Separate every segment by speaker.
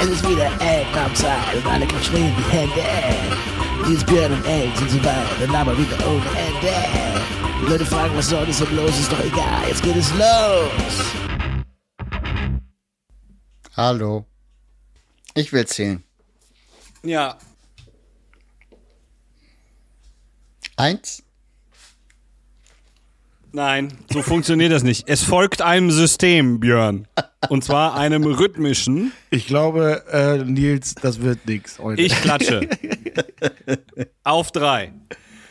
Speaker 1: Es ist wieder Egg-Time-Zeit und alle verschwinden die Hände. Dieses Bier und Eggs und so weiter, dann aber wieder ohne Ende. Die Leute fragen, was soll das so bloß, ist doch egal, jetzt geht es los.
Speaker 2: Hallo. Ich will zählen.
Speaker 3: Ja.
Speaker 2: Eins.
Speaker 3: Nein, so funktioniert das nicht. Es folgt einem System, Björn. Und zwar einem rhythmischen.
Speaker 4: Ich glaube, äh, Nils, das wird nichts heute.
Speaker 3: Ich klatsche. Auf drei.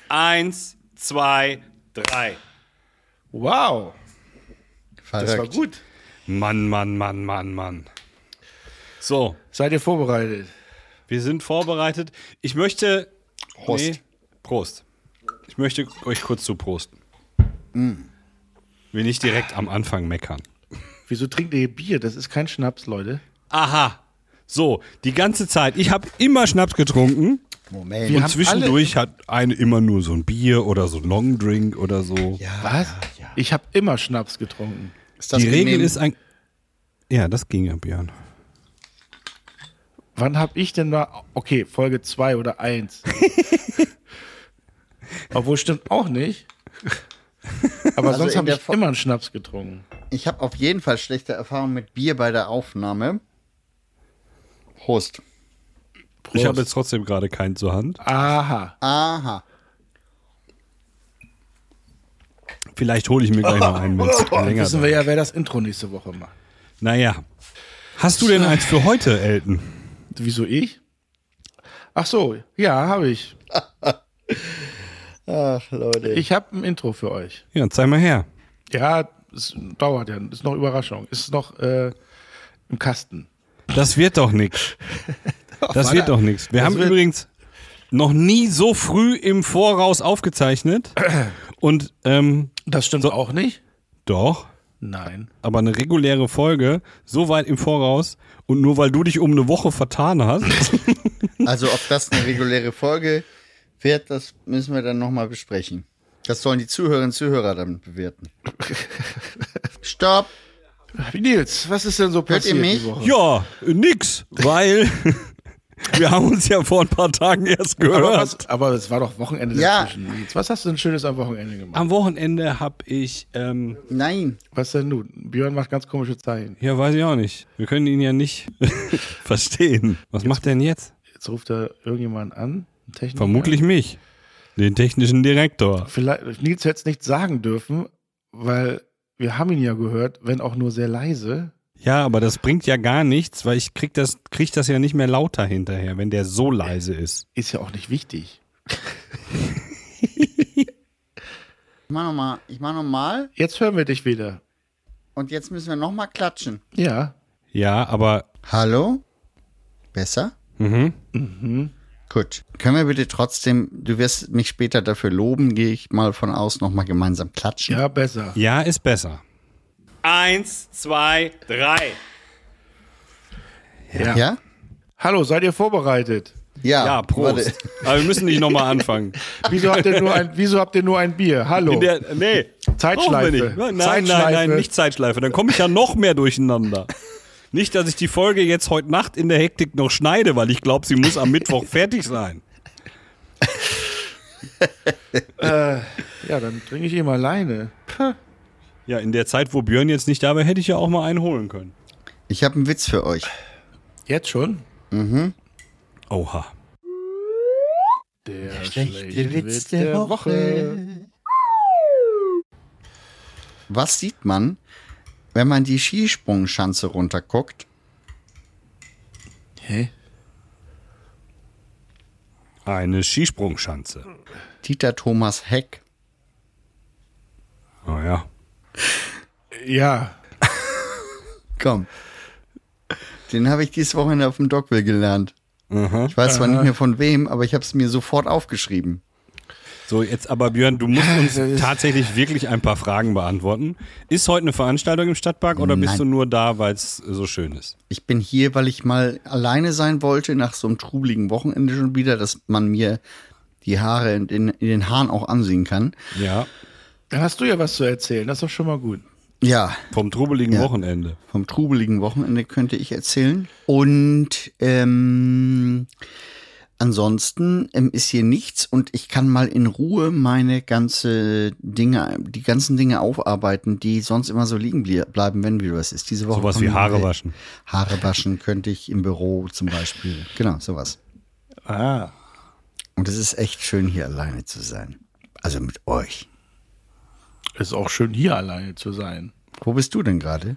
Speaker 3: Eins, zwei, drei.
Speaker 4: wow,
Speaker 2: Verrückt.
Speaker 4: das war gut.
Speaker 3: Mann, Mann, Mann, Mann, Mann. So,
Speaker 4: Seid ihr vorbereitet?
Speaker 3: wir sind vorbereitet. Ich möchte.
Speaker 2: Prost.
Speaker 3: Prost. Ich möchte euch kurz zu prosten. Will nicht direkt am Anfang meckern.
Speaker 4: Wieso trinkt ihr hier Bier? Das ist kein Schnaps, Leute.
Speaker 3: Aha. So, die ganze Zeit. Ich habe immer Schnaps getrunken.
Speaker 2: Moment.
Speaker 4: Wir
Speaker 3: Und
Speaker 4: haben
Speaker 3: zwischendurch hat eine immer nur so ein Bier oder so ein Longdrink oder so.
Speaker 4: Was? Ich habe immer Schnaps getrunken.
Speaker 2: Ist
Speaker 3: die Regel
Speaker 2: genehm?
Speaker 3: ist ein. Ja, das ging ja, Björn.
Speaker 4: Wann habe ich denn mal. Okay, Folge 2 oder 1. Obwohl, stimmt auch nicht. Aber
Speaker 2: Also
Speaker 4: sonst
Speaker 2: in
Speaker 4: habe
Speaker 2: der
Speaker 4: ich
Speaker 2: Fo-
Speaker 4: immer einen Schnaps getrunken.
Speaker 2: Ich habe auf jeden Fall schlechte Erfahrungen mit Bier bei der Aufnahme. Prost.
Speaker 3: Ich habe jetzt trotzdem gerade keinen zur Hand.
Speaker 4: Aha.
Speaker 2: Aha.
Speaker 3: Vielleicht hole ich mir gleich noch einen, wenn es
Speaker 4: Dann
Speaker 3: länger
Speaker 4: wissen wir
Speaker 3: dauert.
Speaker 4: ja, wer das Intro nächste Woche macht.
Speaker 3: Naja. Hast du denn eins für heute, Elton?
Speaker 4: Wieso ich? Ach so, ja, habe ich.
Speaker 2: Ach, Leute.
Speaker 4: Ich habe ein Intro für euch.
Speaker 3: Ja, zeig mal her.
Speaker 4: Ja, es dauert ja. Ist noch Überraschung. Ist noch äh, im Kasten.
Speaker 3: Das wird doch nichts. Das
Speaker 4: Mann,
Speaker 3: wird doch nichts. Wir
Speaker 4: das
Speaker 3: haben
Speaker 4: wird-
Speaker 3: übrigens noch nie so früh im Voraus aufgezeichnet. Und ähm,
Speaker 4: Das stimmt auch nicht.
Speaker 3: doch,
Speaker 4: Nein.
Speaker 3: aber eine reguläre Folge so weit im Voraus und nur weil du dich um eine Woche vertan hast.
Speaker 2: Also, ob das eine reguläre Folge wird, das müssen wir dann nochmal besprechen. Das sollen die Zuhörerinnen und Zuhörer dann bewerten. Stopp!
Speaker 4: Nils, was ist denn so passiert
Speaker 2: ihr mich?
Speaker 4: die Woche?
Speaker 3: ja, nix, weil wir haben uns ja vor ein paar Tagen erst
Speaker 4: Aber,
Speaker 3: gehört.
Speaker 4: was, aber es war doch Wochenende
Speaker 2: Ja.
Speaker 4: dazwischen. Nils. Was hast du denn Schönes am Wochenende gemacht?
Speaker 3: Am Wochenende habe ich, ähm,
Speaker 2: Nein.
Speaker 4: Was denn nun? Björn macht ganz komische Zeichen.
Speaker 3: ja, weiß ich auch nicht. Wir können ihn ja nicht verstehen. Was macht denn jetzt?
Speaker 4: Jetzt ruft er irgendjemand an. einen Techniker.
Speaker 3: Vermutlich mich. Den technischen Direktor.
Speaker 4: Vielleicht, Nils hätte es nicht sagen dürfen, weil wir haben ihn ja gehört, wenn auch nur sehr leise.
Speaker 3: Ja, aber das bringt ja gar nichts, weil ich krieg das, krieg das ja nicht mehr lauter hinterher, wenn der so leise ist.
Speaker 4: Ist ja auch nicht wichtig.
Speaker 2: Ich mach nochmal. Ich mach nochmal.
Speaker 4: Jetzt hören wir dich wieder.
Speaker 2: Und jetzt müssen wir nochmal klatschen.
Speaker 4: Ja.
Speaker 3: Ja, aber
Speaker 2: Hallo? Besser?
Speaker 3: mhm.
Speaker 2: Gut. Können wir bitte trotzdem, du wirst mich später dafür loben, gehe ich mal von aus, nochmal gemeinsam klatschen.
Speaker 4: Ja, besser.
Speaker 3: ja ist besser.
Speaker 5: Eins, zwei, drei.
Speaker 4: Ja.
Speaker 2: Ja?
Speaker 4: Hallo, seid ihr vorbereitet?
Speaker 2: Ja,
Speaker 3: Ja, Prost.
Speaker 2: warte. Oh.
Speaker 3: Aber wir müssen nicht nochmal anfangen.
Speaker 4: Wieso habt ihr nur ein, wieso habt ihr nur ein Bier? Hallo.
Speaker 3: In der, nee,
Speaker 4: Zeitschleife.
Speaker 3: brauchen wir nicht. Nein, nein,
Speaker 4: Zeitschleife.
Speaker 3: nein, nein, nicht Zeitschleife. Dann komme ich ja noch mehr durcheinander. Nicht, dass ich die Folge jetzt heute Nacht in der Hektik noch schneide, weil ich glaube, sie muss am Mittwoch fertig sein.
Speaker 4: Ja, dann trinke ich eben alleine.
Speaker 3: Ja, in der Zeit, wo Björn jetzt nicht da war, hätte ich ja auch mal einen holen können.
Speaker 2: Ich habe einen Witz für euch.
Speaker 4: Jetzt schon?
Speaker 3: Oha.
Speaker 4: Der, schlechte Witz der Woche.
Speaker 2: Was sieht man, wenn man die Skisprungschanze runterguckt?
Speaker 4: Hä?
Speaker 3: Eine Skisprungschanze.
Speaker 2: Dieter Thomas Heck.
Speaker 3: Oh ja.
Speaker 4: Ja.
Speaker 2: Komm. Den habe ich dieses Wochenende auf dem Dogville gelernt. Ich weiß zwar nicht mehr von wem, aber ich habe es mir sofort aufgeschrieben.
Speaker 3: So, jetzt aber Björn, du musst uns tatsächlich wirklich ein paar Fragen beantworten. Ist heute eine Veranstaltung im Stadtpark oder bist
Speaker 2: Nein.
Speaker 3: du nur da, weil es so schön ist?
Speaker 2: Ich bin hier, weil ich mal alleine sein wollte, nach so einem trubeligen Wochenende schon wieder, dass man mir die Haare in, in, in den Haaren auch ansehen kann.
Speaker 3: Ja.
Speaker 4: Dann hast du ja was zu erzählen. Das ist doch schon mal gut.
Speaker 2: Ja,
Speaker 3: Vom trubeligen
Speaker 2: Ja.
Speaker 3: Wochenende.
Speaker 2: vom trubeligen Wochenende könnte ich erzählen. Und ähm, ansonsten ähm, ist hier nichts und ich kann mal in Ruhe meine ganze Dinge, die ganzen Dinge aufarbeiten, die sonst immer so liegen blie- bleiben, wenn wieder was ist. Diese Woche
Speaker 3: Sowas wie
Speaker 2: kommen-
Speaker 3: Haare waschen.
Speaker 2: Haare waschen könnte ich im Büro zum Beispiel. Genau, sowas.
Speaker 4: Ah.
Speaker 2: Und es ist echt schön, hier alleine zu sein. Also mit euch.
Speaker 4: Ist auch schön, hier alleine zu sein.
Speaker 2: Wo bist du denn gerade?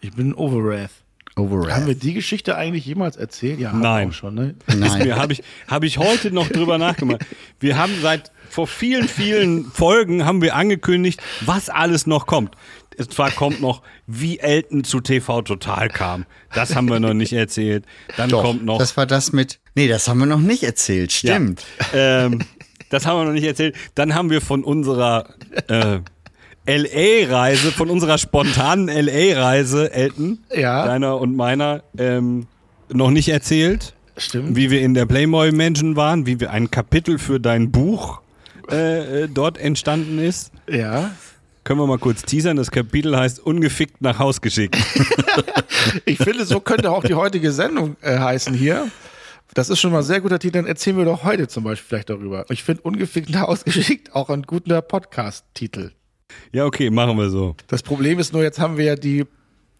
Speaker 4: Ich bin Overrath. Haben wir
Speaker 2: Overrath.
Speaker 4: die Geschichte eigentlich jemals erzählt? Ja, haben
Speaker 3: Nein.
Speaker 4: wir auch schon, ne?
Speaker 3: Ist mir, habe ich, hab ich heute noch drüber nachgemacht. Wir haben seit vor vielen, vielen Folgen haben wir angekündigt, was alles noch kommt. Und zwar kommt noch, wie Elton zu TV Total kam. Das haben wir noch nicht erzählt. Dann kommt noch.
Speaker 2: Das war das mit. Nee, das haben wir noch nicht erzählt. Stimmt.
Speaker 3: Ja. Ähm, das haben wir noch nicht erzählt. Dann haben wir von unserer äh, LA-Reise, von unserer spontanen LA-Reise, Elton,
Speaker 4: Ja.
Speaker 3: deiner und meiner, ähm, noch nicht erzählt.
Speaker 4: Stimmt.
Speaker 3: Wie wir in der Playboy Mansion waren, wie wir ein Kapitel für dein Buch äh, äh, dort entstanden ist.
Speaker 4: Ja.
Speaker 3: Können wir mal kurz teasern? Das Kapitel heißt Ungefickt nach Haus geschickt.
Speaker 4: Ich finde, so könnte auch die heutige Sendung äh, heißen hier. Das ist schon mal ein sehr guter Titel. Dann erzählen wir doch heute zum Beispiel vielleicht darüber. Ich finde ungefickt ausgeschickt auch ein guter Podcast-Titel.
Speaker 3: Ja, okay, machen wir so.
Speaker 4: Das Problem ist nur, jetzt haben wir ja die,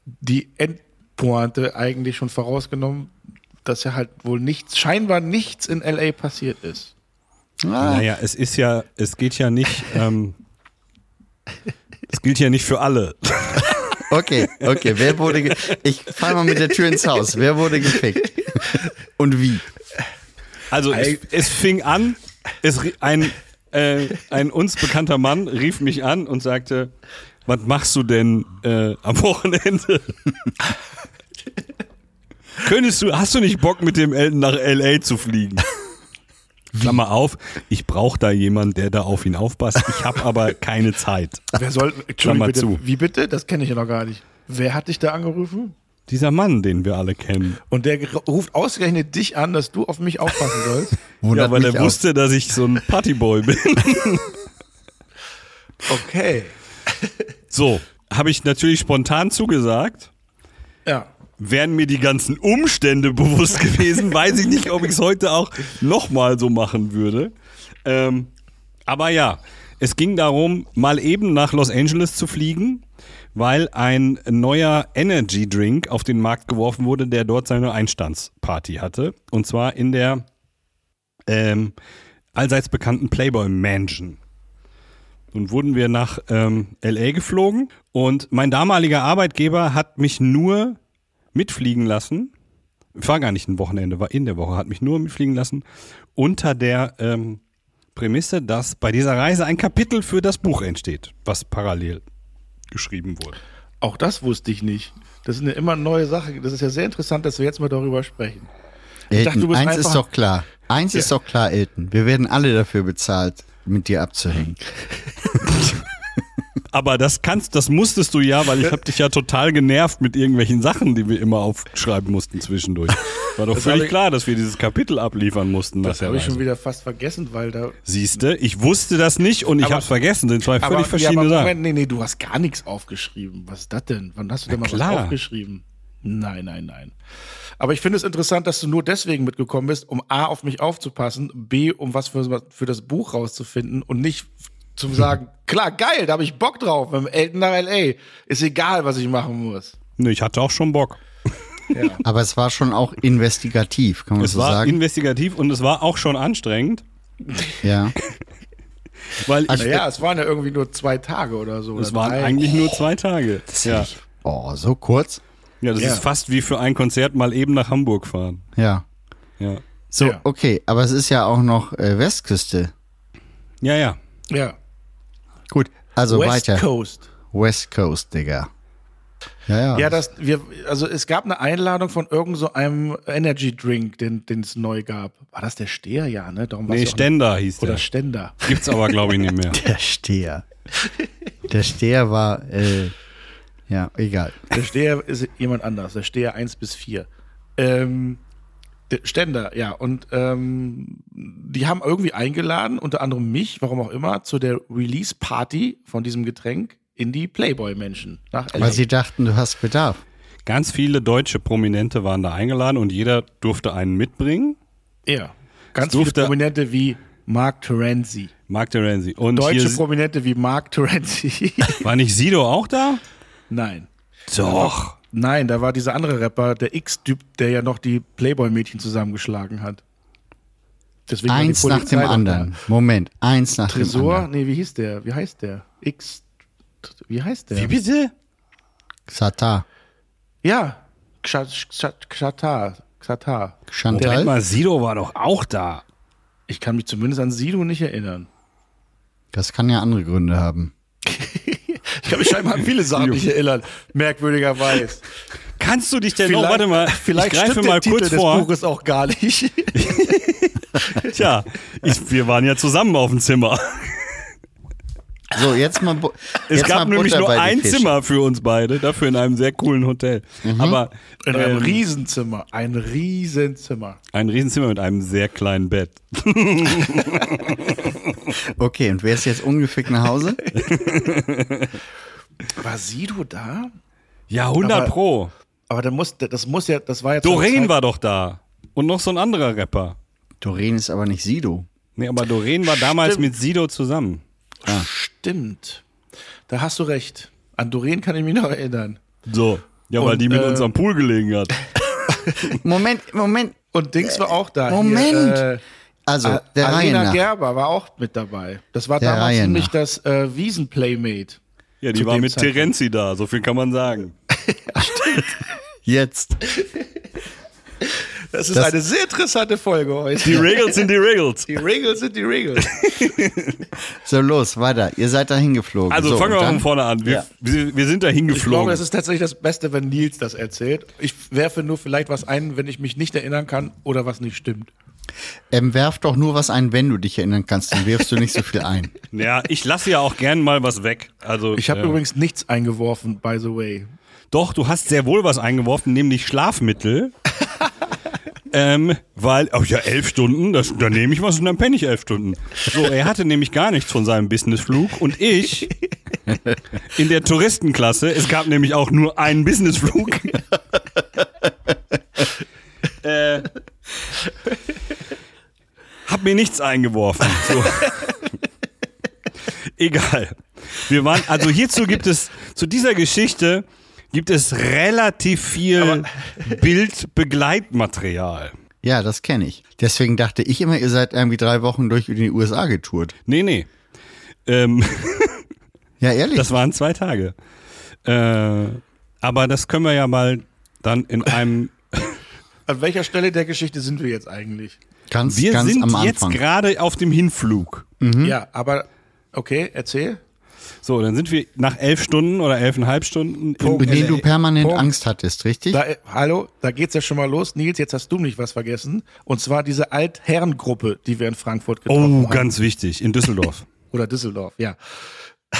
Speaker 4: die Endpointe eigentlich schon vorausgenommen, dass ja halt wohl nichts, scheinbar nichts in LA passiert ist.
Speaker 2: Ah,
Speaker 3: Naja, es ist ja, es geht ja nicht, ähm, es gilt ja nicht für alle.
Speaker 2: Okay, okay. Wer wurde. Ge ich fahr mal mit der Tür ins Haus. Wer wurde gefickt? Und wie?
Speaker 3: Also es, es fing an, es, ri- ein, äh, ein uns bekannter Mann rief mich an und sagte, was machst du denn äh, am Wochenende? Könntest du, hast du nicht Bock mit dem Elton nach L.A. zu fliegen? Klammer auf, ich brauche da jemanden, der da auf ihn aufpasst. Ich habe aber keine Zeit.
Speaker 4: Wer soll,
Speaker 3: Klammer
Speaker 4: Entschuldigung, bitte,
Speaker 3: zu.
Speaker 4: wie bitte? Das kenne ich ja noch gar nicht. Wer hat dich da angerufen?
Speaker 3: Dieser Mann, den wir alle kennen.
Speaker 4: Und der ger- ruft ausgerechnet dich an, dass du auf mich aufpassen sollst.
Speaker 2: Wundert
Speaker 3: ja, weil
Speaker 2: mich
Speaker 3: er
Speaker 2: auch.
Speaker 3: wusste, dass ich so ein Partyboy bin.
Speaker 4: Okay.
Speaker 3: So, habe ich natürlich spontan zugesagt.
Speaker 4: Ja.
Speaker 3: Wären mir die ganzen Umstände bewusst gewesen, weiß ich nicht, ob ich es heute auch nochmal so machen würde. Ähm, aber ja, es ging darum, mal eben nach Los Angeles zu fliegen, weil ein neuer Energy Drink auf den Markt geworfen wurde, der dort seine Einstandsparty hatte. Und zwar in der ähm, allseits bekannten Playboy Mansion. Nun wurden wir nach ähm, LA geflogen und mein damaliger Arbeitgeber hat mich nur mitfliegen lassen. Ich War gar nicht ein Wochenende, war in der Woche, hat mich nur mitfliegen lassen, unter der ähm, Prämisse, dass bei dieser Reise ein Kapitel für das Buch entsteht, was parallel geschrieben wurde.
Speaker 4: Auch das wusste ich nicht. Das ist eine immer neue Sache. Das ist ja sehr interessant, dass wir jetzt mal darüber sprechen.
Speaker 2: Elton,
Speaker 4: dachte, du bist
Speaker 2: eins ist
Speaker 4: einfach-
Speaker 2: doch klar. Eins ist doch klar, Elton. Wir werden alle dafür bezahlt, mit dir abzuhängen.
Speaker 3: Aber das kannst, das musstest du ja, weil ich habe dich ja total genervt mit irgendwelchen Sachen, die wir immer aufschreiben mussten zwischendurch. War doch
Speaker 4: hab
Speaker 3: völlig
Speaker 4: ich-
Speaker 3: klar, dass wir dieses Kapitel abliefern mussten.
Speaker 4: Das habe ich schon wieder fast vergessen, weil da
Speaker 3: Siehste, ich wusste das nicht und ich
Speaker 4: Aber-
Speaker 3: habe es vergessen. Sind zwei völlig verschiedene
Speaker 4: ja, aber
Speaker 3: Sachen.
Speaker 4: Moment, nee, nee, du hast gar nichts aufgeschrieben. Was ist das denn? Wann hast du denn mal
Speaker 3: klar.
Speaker 4: was aufgeschrieben? Nein, nein, nein. Aber ich finde es interessant, dass du nur deswegen mitgekommen bist, um A, auf mich aufzupassen, B, um was für, für das Buch rauszufinden und nicht zu sagen, klar, geil, da habe ich Bock drauf, mit dem Elton nach L.A. Ist egal, was ich machen muss.
Speaker 3: Nee, ich hatte auch schon Bock.
Speaker 2: Aber es war schon auch investigativ, kann man
Speaker 3: Es
Speaker 2: so
Speaker 3: war
Speaker 2: sagen.
Speaker 3: investigativ und es war auch schon anstrengend,
Speaker 2: Ja.
Speaker 3: weil ich,
Speaker 4: Naja, es waren ja irgendwie nur zwei Tage oder so.
Speaker 3: Also, äh, es
Speaker 4: oder
Speaker 3: waren
Speaker 4: drei.
Speaker 3: eigentlich nur zwei Tage. Ja,
Speaker 2: Oh, so kurz?
Speaker 3: ja das
Speaker 4: Ja.
Speaker 3: ist fast wie für ein Konzert mal eben nach Hamburg fahren.
Speaker 2: Ja.
Speaker 3: Ja,
Speaker 2: So,
Speaker 4: Ja.
Speaker 2: okay. Aber es ist ja auch noch äh, Westküste.
Speaker 3: ja, ja.
Speaker 4: Ja.
Speaker 2: Gut. Also
Speaker 4: West
Speaker 2: weiter.
Speaker 4: Coast.
Speaker 2: West Coast, Digga. Ja, ja.
Speaker 4: Ja, das, wir, also es gab eine Einladung von irgend so einem Energy Drink, den den es neu gab. War das der Steher, ja, ne? Darum war's
Speaker 3: Nee,
Speaker 4: ja auch
Speaker 3: Ständer hieß
Speaker 4: Nicht, oder
Speaker 3: der.
Speaker 4: Ständer.
Speaker 3: Gibt's aber glaube ich nicht mehr.
Speaker 2: Der Steher. Der Steher war, äh, ja, egal.
Speaker 4: Der Steher ist jemand anders, der Steher 1 bis 4. Ähm, der Ständer, ja. Und ähm, die haben irgendwie eingeladen, unter anderem mich, warum auch immer, zu der Release-Party von diesem Getränk in die Playboy-Menschen. Nach LA.
Speaker 2: Weil sie dachten, du hast Bedarf.
Speaker 3: Ganz viele deutsche Prominente waren da eingeladen und jeder durfte einen mitbringen.
Speaker 4: ja. Ganz
Speaker 3: Es
Speaker 4: viele
Speaker 3: durfte-
Speaker 4: Prominente wie Mark Terenzi.
Speaker 3: Mark Terenzi. Und
Speaker 4: Deutsche
Speaker 3: hier
Speaker 4: Prominente wie Mark Terenzi.
Speaker 3: war nicht Sido auch da?
Speaker 4: Nein.
Speaker 3: Doch.
Speaker 4: Nein, da war dieser andere Rapper, der X-Typ, der ja noch die Playboy-Mädchen zusammengeschlagen hat. Deswegen war die
Speaker 2: Eins nach
Speaker 4: Polizei
Speaker 2: dem
Speaker 4: doch da.
Speaker 2: anderen. Moment, eins nach dem
Speaker 4: Tresor?
Speaker 2: anderen.
Speaker 4: Nee, wie hieß der? Wie heißt der? X. Wie heißt der?
Speaker 3: bitte?
Speaker 2: Xatar.
Speaker 4: Ja. Kshat- Kshat- Xatar. Xatar.
Speaker 3: Moment
Speaker 2: Chantal,
Speaker 3: mal, Sido war doch auch da.
Speaker 4: Ich kann mich zumindest an Sido nicht erinnern.
Speaker 2: das kann ja andere Gründe haben.
Speaker 4: Ich kann mich scheinbar an viele Sachen nicht erinnern. Merkwürdigerweise.
Speaker 3: Kannst du dich denn noch, Genau, warte mal,
Speaker 4: vielleicht
Speaker 3: ich greife
Speaker 4: stimmt
Speaker 3: mal
Speaker 4: der
Speaker 3: kurz
Speaker 4: Titel
Speaker 3: vor.
Speaker 4: des Buches auch gar nicht.
Speaker 3: Tja, ich, wir waren ja zusammen auf dem Zimmer.
Speaker 2: So, jetzt mal. bu-
Speaker 3: Es
Speaker 2: jetzt
Speaker 3: gab
Speaker 2: mal
Speaker 3: nämlich
Speaker 2: Butter
Speaker 3: nur
Speaker 2: bei die
Speaker 3: ein
Speaker 2: Fische.
Speaker 3: Zimmer für uns beide, dafür in einem sehr coolen Hotel.
Speaker 4: Mhm.
Speaker 3: Aber
Speaker 4: In einem
Speaker 3: ähm,
Speaker 4: Riesenzimmer. Ein Riesenzimmer.
Speaker 3: ein Riesenzimmer mit einem sehr kleinen Bett.
Speaker 2: Okay, und wer ist jetzt ungefickt nach Hause?
Speaker 4: War Sido da?
Speaker 3: Ja, 100
Speaker 4: Aber-
Speaker 3: pro.
Speaker 4: Aber da muss, das muss ja, das war ja zur
Speaker 3: Doreen
Speaker 4: Zeit-
Speaker 3: war doch da. Und noch so ein anderer Rapper.
Speaker 2: Doreen ist aber nicht Sido.
Speaker 3: Nee, aber Doreen war damals mit Sido zusammen.
Speaker 4: Stimmt. Da hast du recht. An Doreen kann ich mich noch erinnern.
Speaker 3: So. Ja, weil
Speaker 4: Und,
Speaker 3: die mit
Speaker 4: äh,
Speaker 3: uns am Pool gelegen hat.
Speaker 2: Moment, Moment.
Speaker 4: Und Dings war auch da.
Speaker 2: Moment.
Speaker 4: Hier, äh,
Speaker 2: Also,
Speaker 4: A-
Speaker 2: der Reihe
Speaker 4: Alena
Speaker 2: nach.
Speaker 4: Gerber war auch mit dabei. Das war
Speaker 2: Der
Speaker 4: damals
Speaker 2: Reihe
Speaker 4: nämlich
Speaker 2: nach.
Speaker 4: das äh, Wiesen-Playmate.
Speaker 3: Ja, die
Speaker 4: zu
Speaker 3: war
Speaker 4: dem
Speaker 3: mit
Speaker 4: Zeitpunkt.
Speaker 3: Terenzi da, so viel kann man sagen.
Speaker 2: Jetzt.
Speaker 4: Das ist
Speaker 2: Das-
Speaker 4: eine sehr interessante Folge heute.
Speaker 3: Die Regels sind die Regels.
Speaker 4: Die Regels sind die Regels.
Speaker 2: So, los, weiter. Ihr seid da hingeflogen.
Speaker 3: Also
Speaker 2: so,
Speaker 3: fangen wir
Speaker 2: und
Speaker 3: mal
Speaker 2: dann-
Speaker 3: von vorne an. Wir,
Speaker 2: Ja.
Speaker 3: wir, wir sind da
Speaker 4: Ich glaube,
Speaker 3: hingeflogen.
Speaker 4: es ist tatsächlich das Beste, wenn Nils das erzählt. Ich werfe nur vielleicht was ein, wenn ich mich nicht erinnern kann oder was nicht stimmt.
Speaker 2: Ähm, werf doch nur was ein, wenn du dich erinnern kannst. Dann wirfst du nicht so viel ein.
Speaker 3: ja, ich lasse ja auch gern mal was weg. Also,
Speaker 4: Ich habe
Speaker 3: äh,
Speaker 4: übrigens nichts eingeworfen, by the way.
Speaker 3: Doch, du hast sehr wohl was eingeworfen, nämlich Schlafmittel. ähm, weil, oh ja, elf Stunden, das, dann nehme ich was und dann penne ich elf Stunden. So, er hatte nämlich gar nichts von seinem Businessflug und ich in der Touristenklasse, es gab nämlich auch nur einen Businessflug. äh, hab mir nichts eingeworfen. So. Egal. Wir waren, also hierzu gibt es, zu dieser Geschichte gibt es relativ viel Bildbegleitmaterial.
Speaker 2: Ja, das kenne ich. Deswegen dachte ich immer, ihr seid irgendwie drei Wochen durch die USA getourt.
Speaker 3: Nee, nee. Ähm,
Speaker 2: Ja, ehrlich.
Speaker 3: das waren zwei Tage. Äh, aber das können wir ja mal dann in einem.
Speaker 4: An welcher Stelle der Geschichte sind wir jetzt eigentlich?
Speaker 2: ganz,
Speaker 3: Wir
Speaker 2: ganz
Speaker 3: sind
Speaker 2: am
Speaker 3: jetzt
Speaker 2: Anfang.
Speaker 3: gerade auf dem Hinflug.
Speaker 4: Ja, aber okay, erzähl.
Speaker 3: So, dann sind wir nach elf Stunden oder elfeinhalb Stunden. In,
Speaker 2: in denen du permanent
Speaker 4: Punkt.
Speaker 2: Angst hattest, richtig?
Speaker 4: Da, äh, hallo, da geht's ja schon mal los. Nils, jetzt hast du nicht was vergessen. Und zwar diese Altherrengruppe, die wir in Frankfurt getroffen
Speaker 3: oh,
Speaker 4: haben.
Speaker 3: ganz wichtig, in Düsseldorf.
Speaker 4: Oder Düsseldorf, ja.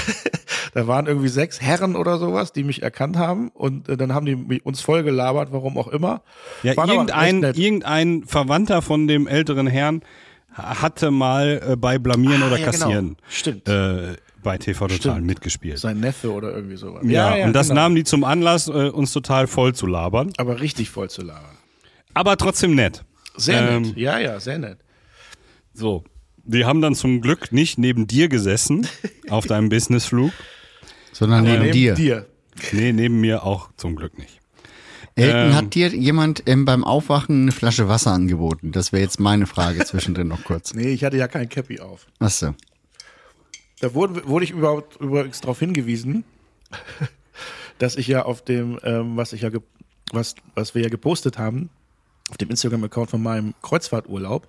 Speaker 4: da waren irgendwie sechs Herren oder sowas, die mich erkannt haben. Und äh, dann haben die mich- uns vollgelabert, warum auch immer.
Speaker 3: Ja,
Speaker 4: Waren aber
Speaker 3: irgendein,
Speaker 4: echt nett.
Speaker 3: irgendein Verwandter von dem älteren Herrn hatte mal äh, bei Blamieren
Speaker 4: Ah,
Speaker 3: oder
Speaker 4: ja, genau.
Speaker 3: Kassieren
Speaker 4: Stimmt.
Speaker 3: äh, bei TV Total
Speaker 4: Stimmt.
Speaker 3: mitgespielt.
Speaker 4: Sein Neffe oder irgendwie sowas.
Speaker 3: ja, und das
Speaker 4: genau.
Speaker 3: nahmen die zum Anlass, äh, uns total voll zu labern.
Speaker 4: Aber richtig voll zu labern.
Speaker 3: Aber trotzdem nett.
Speaker 4: Sehr
Speaker 3: Ähm.
Speaker 4: nett. Ja, ja, sehr nett.
Speaker 3: So. Die haben dann zum Glück nicht neben dir gesessen auf deinem Businessflug.
Speaker 2: Sondern neben dir.
Speaker 4: dir.
Speaker 3: Nee, neben mir auch zum Glück nicht.
Speaker 2: Elton, hat dir jemand ähm, beim Aufwachen eine Flasche Wasser angeboten? Das wäre jetzt meine Frage zwischendrin noch kurz.
Speaker 4: Nee, ich hatte ja kein Cappy auf.
Speaker 2: Achso.
Speaker 4: Da wurde, wurde ich überhaupt übrigens darauf hingewiesen, dass ich ja auf dem, ähm, was ich ja, ge- was, was wir ja gepostet haben, auf dem Instagram-Account von meinem Kreuzfahrturlaub,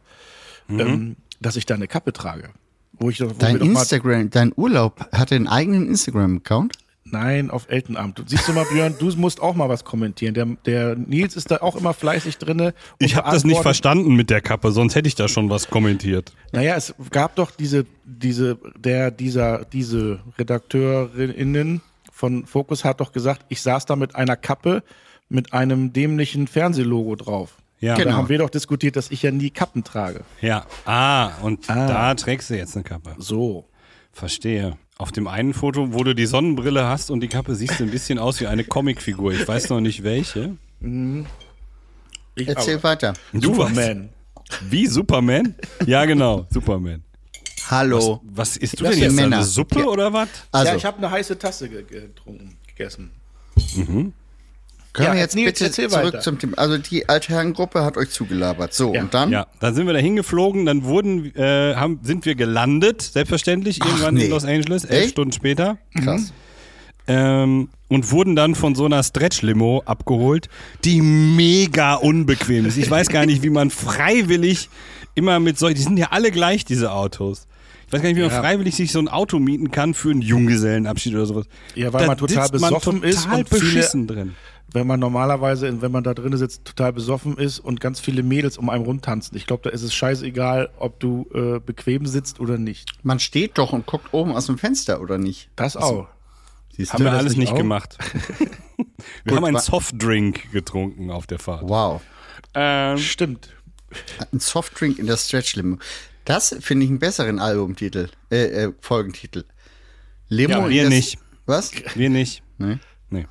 Speaker 3: Mhm.
Speaker 4: ähm, dass ich da eine Kappe trage. Wo ich doch, wo
Speaker 2: Dein
Speaker 4: wir doch mal-
Speaker 2: Instagram, dein Urlaub hat einen eigenen Instagram-Account?
Speaker 4: Nein, auf Eltenamt. Du siehst du mal, Björn, du musst auch mal was kommentieren. Der, der Nils ist da auch immer fleißig drinne. und
Speaker 3: Ich habe das nicht
Speaker 4: beantwortet-
Speaker 3: verstanden mit der Kappe, sonst hätte ich da schon was kommentiert.
Speaker 4: Naja, es gab doch diese, diese, der, dieser, diese RedakteurInnen von Focus hat doch gesagt, ich saß da mit einer Kappe mit einem dämlichen Fernsehlogo drauf.
Speaker 3: Ja.
Speaker 4: Da
Speaker 3: Genau.
Speaker 4: haben wir doch diskutiert, dass ich ja nie Kappen trage. Ah.
Speaker 3: Ja. Ah, und da trägst du jetzt eine Kappe.
Speaker 4: So.
Speaker 3: Verstehe. Auf dem einen Foto, wo du die Sonnenbrille hast und die Kappe, siehst du ein bisschen aus wie eine Comicfigur. Ich weiß noch nicht welche.
Speaker 4: Ich,
Speaker 2: Erzähl
Speaker 4: aber-
Speaker 2: weiter.
Speaker 3: Du was?
Speaker 4: Superman.
Speaker 3: Wie Superman? Ja, genau, Superman.
Speaker 2: Hallo.
Speaker 3: Was isst du
Speaker 2: Das
Speaker 3: denn
Speaker 2: sind
Speaker 3: jetzt? Eine
Speaker 2: Männer.
Speaker 3: Suppe
Speaker 2: Ja.
Speaker 3: oder was?
Speaker 4: Ja,
Speaker 2: Also,
Speaker 4: ich habe eine heiße Tasse ge- getrunken, gegessen.
Speaker 2: können
Speaker 4: ja,
Speaker 2: wir jetzt
Speaker 4: Nils,
Speaker 2: bitte
Speaker 4: erzähl
Speaker 2: zurück
Speaker 4: weiter.
Speaker 2: zum Thema. Also, die Altherrengruppe hat euch zugelabert. So,
Speaker 4: Ja.
Speaker 2: und dann?
Speaker 3: Ja, dann sind wir da hingeflogen, dann wurden, äh, haben, sind wir gelandet, selbstverständlich, irgendwann
Speaker 2: nee.
Speaker 3: in Los Angeles, elf
Speaker 2: Echt?
Speaker 3: Stunden später.
Speaker 2: Krass.
Speaker 3: Ähm, und wurden dann von so einer Stretch-Limo abgeholt, die mega unbequem ist. Ich weiß gar nicht, wie man freiwillig immer mit solchen, die sind ja alle gleich, diese Autos. Ich weiß gar nicht, wie man freiwillig sich so ein Auto mieten kann für einen Junggesellenabschied oder sowas.
Speaker 4: Ja, weil man total
Speaker 3: sitzt man
Speaker 4: besoffen
Speaker 3: total
Speaker 4: ist und viele-
Speaker 3: beschissen drin.
Speaker 4: Wenn man normalerweise, wenn man da drin sitzt, total besoffen ist und ganz viele Mädels um einem rumtanzen. Ich glaube, da ist es scheißegal, ob du äh, bequem sitzt oder nicht.
Speaker 2: Man steht doch und guckt oben aus dem Fenster, oder nicht?
Speaker 4: Das auch.
Speaker 2: Siehst
Speaker 3: Haben
Speaker 2: du?
Speaker 3: wir
Speaker 4: das
Speaker 3: alles
Speaker 4: nicht
Speaker 3: nicht
Speaker 4: auch?
Speaker 3: gemacht. wir haben einen
Speaker 2: wa-
Speaker 3: Softdrink getrunken auf der Fahrt.
Speaker 2: Wow.
Speaker 3: Ähm,
Speaker 4: Stimmt.
Speaker 2: Ein Softdrink in der Stretch Limo. Das finde ich einen besseren Albumtitel, äh, äh Folgentitel. Limo.
Speaker 3: Ja,
Speaker 2: in
Speaker 3: wir
Speaker 2: der-
Speaker 3: nicht.
Speaker 2: Was?
Speaker 3: wir nicht.
Speaker 2: Nee.
Speaker 3: Nee.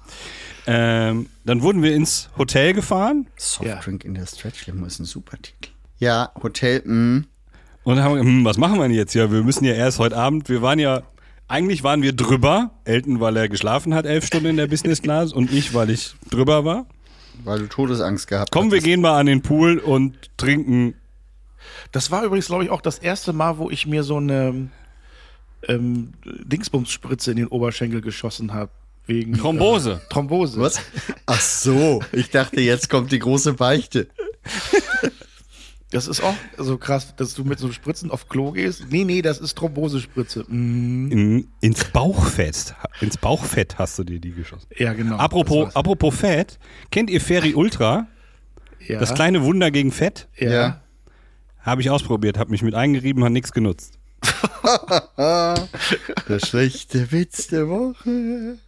Speaker 3: Ähm, dann wurden wir ins Hotel gefahren
Speaker 2: Softdrink in der Stretch Limo ist ein super Titel. Ja, Hotel, mh.
Speaker 3: und haben hm, was machen wir denn jetzt? Ja, wir müssen ja erst heute Abend, wir waren ja, eigentlich waren wir drüber. Elton, weil er geschlafen hat, elf Stunden in der Business Class und ich, weil ich drüber war.
Speaker 2: weil du Todesangst gehabt
Speaker 3: Komm, wir
Speaker 2: hattest.
Speaker 3: gehen mal an den Pool und trinken.
Speaker 4: Das war übrigens, glaube ich, auch das erste Mal, wo ich mir so eine ähm, Dingsbums-Spritze in den Oberschenkel geschossen habe. Wegen
Speaker 3: Thrombose.
Speaker 4: Äh, Thrombose.
Speaker 2: Was? Ach so, ich dachte, jetzt kommt die große Beichte.
Speaker 4: Das ist auch so krass, dass du mit so Spritzen auf Klo gehst. Nee, nee, das ist Thrombosespritze. Mhm.
Speaker 3: In, ins Bauchfett. Ins Bauchfett hast du dir die geschossen.
Speaker 4: Ja, genau.
Speaker 3: Apropos,
Speaker 4: Das war's.
Speaker 3: apropos Fett, kennt ihr Ferry Ultra?
Speaker 4: ja.
Speaker 3: Das kleine Wunder gegen Fett?
Speaker 4: ja.
Speaker 2: Ja.
Speaker 3: Habe ich ausprobiert, habe mich mit eingerieben, hat nichts genutzt.
Speaker 2: Der schlechte Witz der Woche.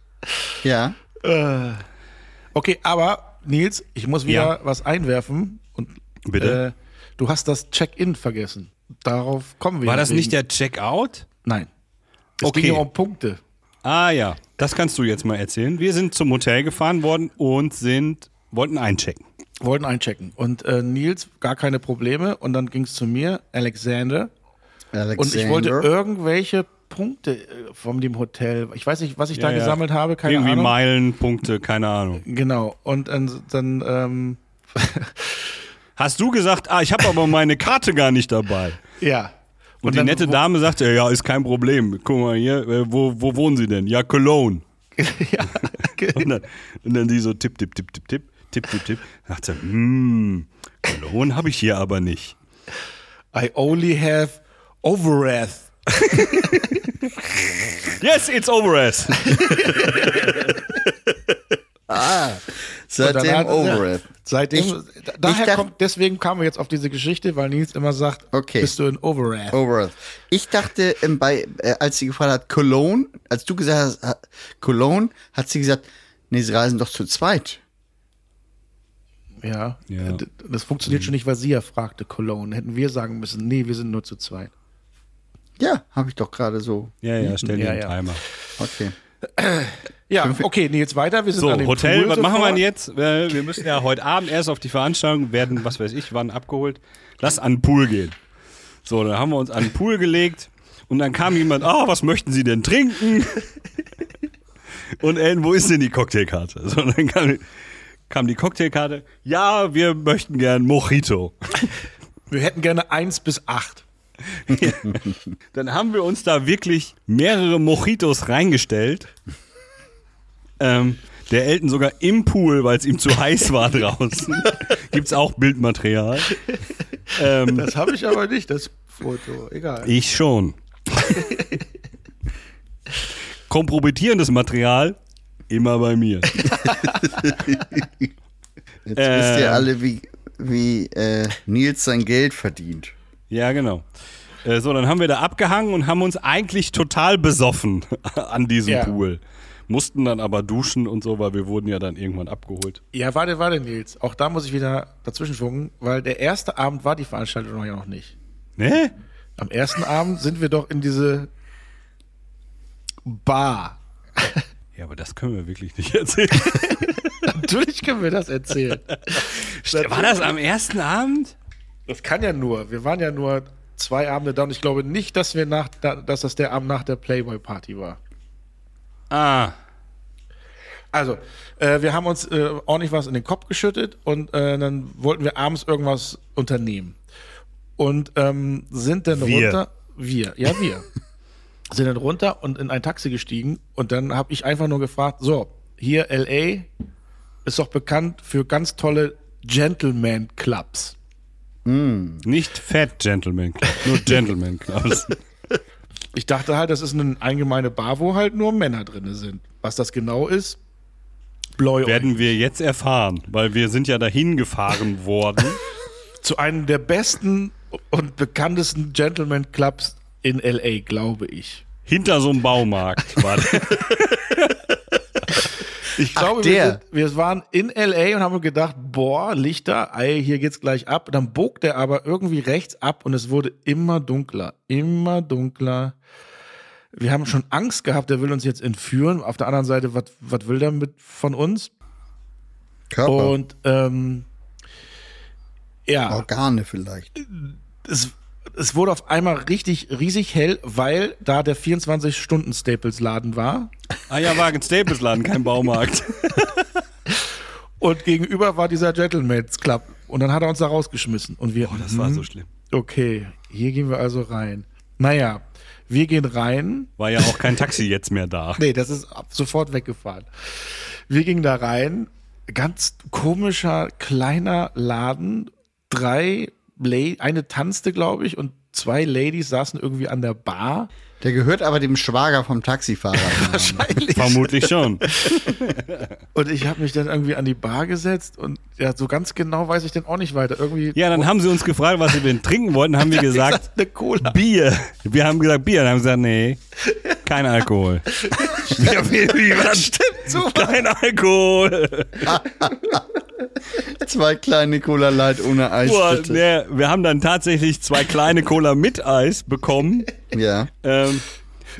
Speaker 2: Ja,
Speaker 4: Okay, aber Nils, ich muss wieder was einwerfen. Und,
Speaker 3: Bitte?
Speaker 4: Äh, du hast das Check-in vergessen. Darauf kommen wir.
Speaker 3: War das
Speaker 4: wegen-
Speaker 3: nicht der Checkout?
Speaker 4: Nein. Es
Speaker 3: Okay.
Speaker 4: ging ja um Punkte.
Speaker 3: Ah ja, das kannst du jetzt mal erzählen. Wir sind zum Hotel gefahren worden und sind wollten einchecken.
Speaker 4: Wollten einchecken. Und äh, Nils, gar keine Probleme. Und dann ging es zu mir, Alexander.
Speaker 2: Alexander.
Speaker 4: Und ich wollte irgendwelche Punkte äh, von dem Hotel. Ich weiß nicht, was ich da
Speaker 3: Ja, ja.
Speaker 4: gesammelt habe, keine
Speaker 3: Irgendwie
Speaker 4: Ahnung.
Speaker 3: Meilen, Punkte, keine Ahnung.
Speaker 4: Genau. Und dann, dann ähm,
Speaker 3: Hast du gesagt, ah, ich habe aber meine Karte gar nicht dabei.
Speaker 4: ja.
Speaker 3: Und, die
Speaker 4: dann-
Speaker 3: nette
Speaker 4: wo-
Speaker 3: Dame sagte, ja, ist kein Problem. Guck mal hier, äh, wo, wo wohnen Sie denn? Ja, Cologne.
Speaker 4: ja,
Speaker 3: Und dann, und dann die so tipp, tipp, tipp, tipp, tipp, tipp, tipp, tipp. Dachte, hm, Cologne habe ich hier aber nicht.
Speaker 4: I only have Overath.
Speaker 3: Yes, it's over us.
Speaker 4: Und
Speaker 2: Seitdem
Speaker 4: danach-
Speaker 2: over it.
Speaker 4: Seitdem,
Speaker 2: Ich-
Speaker 4: da- daher
Speaker 2: ich dacht-
Speaker 4: kommt, deswegen kamen wir jetzt auf diese Geschichte, weil Nils immer sagt,
Speaker 2: Okay.
Speaker 4: bist du in Overath.
Speaker 2: Over it. Ich dachte, ähm, bei, äh, als sie gefragt hat, Cologne, als du gesagt hast, ha- Cologne, hat sie gesagt, nee, sie reisen doch zu zweit.
Speaker 4: Ja. Äh,
Speaker 3: Ja. Mhm.
Speaker 4: D- Das funktioniert schon nicht, weil sie ja fragte, Cologne. Hätten wir sagen müssen, nee, wir sind nur zu zweit.
Speaker 2: Ja, habe ich doch gerade so.
Speaker 3: Ja, ja, stell dir
Speaker 4: Ja,
Speaker 3: einen
Speaker 4: ja.
Speaker 3: Timer.
Speaker 2: Okay.
Speaker 4: Ja, okay, Nils, weiter. Wir sind
Speaker 3: So,
Speaker 4: an dem
Speaker 3: Hotel,
Speaker 4: Pool
Speaker 3: was machen wir
Speaker 4: sofort.
Speaker 3: denn jetzt? Äh, wir müssen ja heute Abend erst auf die Veranstaltung, werden, was weiß ich, wann abgeholt. Lass an den Pool gehen. So, dann haben wir uns an den Pool gelegt und dann kam jemand, ah, was möchten Sie denn trinken? Und Ellen, wo ist denn die Cocktailkarte? So, und dann kam, kam die Cocktailkarte, ja, wir möchten gern Mojito.
Speaker 4: Wir hätten gerne eins bis acht.
Speaker 3: Dann haben wir uns da wirklich mehrere Mojitos reingestellt. Ähm, der Elton sogar im Pool, weil es ihm zu heiß war draußen. Gibt's auch Bildmaterial. Ähm,
Speaker 4: Das habe ich aber nicht, das Foto. Egal.
Speaker 3: ich schon. Kompromittierendes Material immer bei mir.
Speaker 2: Jetzt
Speaker 3: Äh.
Speaker 2: wisst ihr alle, wie, wie äh, Nils sein Geld verdient.
Speaker 3: Ja, genau. Äh, So, dann haben wir da abgehangen und haben uns eigentlich total besoffen an diesem
Speaker 4: Ja.
Speaker 3: Pool. Mussten dann aber duschen und so, weil wir wurden ja dann irgendwann abgeholt.
Speaker 4: Ja, warte, warte, Nils. Auch da muss ich wieder dazwischen funken, weil der erste Abend war die Veranstaltung ja noch nicht.
Speaker 3: Ne?
Speaker 4: Am ersten Abend sind wir doch in diese Bar.
Speaker 3: Ja, aber das können wir wirklich nicht erzählen.
Speaker 4: Natürlich können wir das erzählen.
Speaker 3: War das am ersten Abend?
Speaker 4: Das kann ja nur. Wir waren ja nur zwei Abende da und ich glaube nicht, dass wir nach, da- dass das der Abend nach der Playboy Party war.
Speaker 3: Ah,
Speaker 4: Also, äh, wir haben uns äh, ordentlich was in den Kopf geschüttet und äh, dann wollten wir abends irgendwas unternehmen. Und ähm, sind dann
Speaker 3: Wir.
Speaker 4: runter. Wir, ja, wir. sind dann runter und in ein Taxi gestiegen und dann habe ich einfach nur gefragt: So, hier LA ist doch bekannt für ganz tolle Gentleman Clubs.
Speaker 3: nicht Fat Gentleman Club, nur Gentleman Clubs.
Speaker 4: Ich dachte halt, das ist eine allgemeine Bar, wo halt nur Männer drin sind. Was das genau ist, bläu
Speaker 3: Werden wir jetzt erfahren, weil wir sind ja dahin gefahren worden.
Speaker 4: zu einem der besten und bekanntesten Gentleman Clubs in LA, glaube ich.
Speaker 3: Hinter so einem Baumarkt war das.
Speaker 4: Ich glaube,
Speaker 2: der.
Speaker 4: Wir, sind, wir waren in LA und haben gedacht, boah, Lichter, ey, hier geht's gleich ab. Dann bog der aber irgendwie rechts ab und es wurde immer dunkler, immer dunkler. Wir haben schon Angst gehabt, der will uns jetzt entführen. Auf der anderen Seite, was was will der mit von uns?
Speaker 2: Körper,
Speaker 4: Und ähm, ja,
Speaker 2: Organe vielleicht.
Speaker 4: es, es wurde auf einmal richtig riesig hell, weil da der 24-Stunden-Staples-Laden war.
Speaker 3: Ah ja, war ein Staples-Laden, kein Baumarkt.
Speaker 4: Und gegenüber war dieser Gentleman's Club. Und dann hat er uns da rausgeschmissen. Und wir, Hm,
Speaker 3: Das war so schlimm.
Speaker 4: okay, hier gehen wir also rein. Naja, wir gehen rein.
Speaker 3: War ja auch kein Taxi jetzt mehr da.
Speaker 4: Nee, das ist ab sofort weggefahren. Wir gingen da rein. Ganz komischer, kleiner Laden. Drei, La eine tanzte, glaube ich, und zwei Ladies saßen irgendwie an der Bar.
Speaker 2: Der gehört aber dem Schwager vom Taxifahrer.
Speaker 4: Wahrscheinlich.
Speaker 3: Vermutlich schon.
Speaker 4: Und ich habe mich dann irgendwie an die Bar gesetzt und ja, so ganz genau weiß ich dann auch nicht weiter. Irgendwie
Speaker 3: Ja, dann haben sie uns gefragt, was wir denn trinken wollten, haben wir gesagt,
Speaker 4: eine Cola.
Speaker 3: Bier. Wir haben gesagt, Bier. Dann haben sie gesagt, nee, kein Alkohol. Ja, wie- wie war das?
Speaker 4: Stimmt, so.
Speaker 3: Kein Alkohol.
Speaker 2: Zwei kleine Cola Light ohne Eis.
Speaker 3: Boah,
Speaker 2: bitte.
Speaker 3: nee, wir haben dann tatsächlich zwei kleine Cola mit Eis bekommen.
Speaker 2: Ja.
Speaker 3: ähm,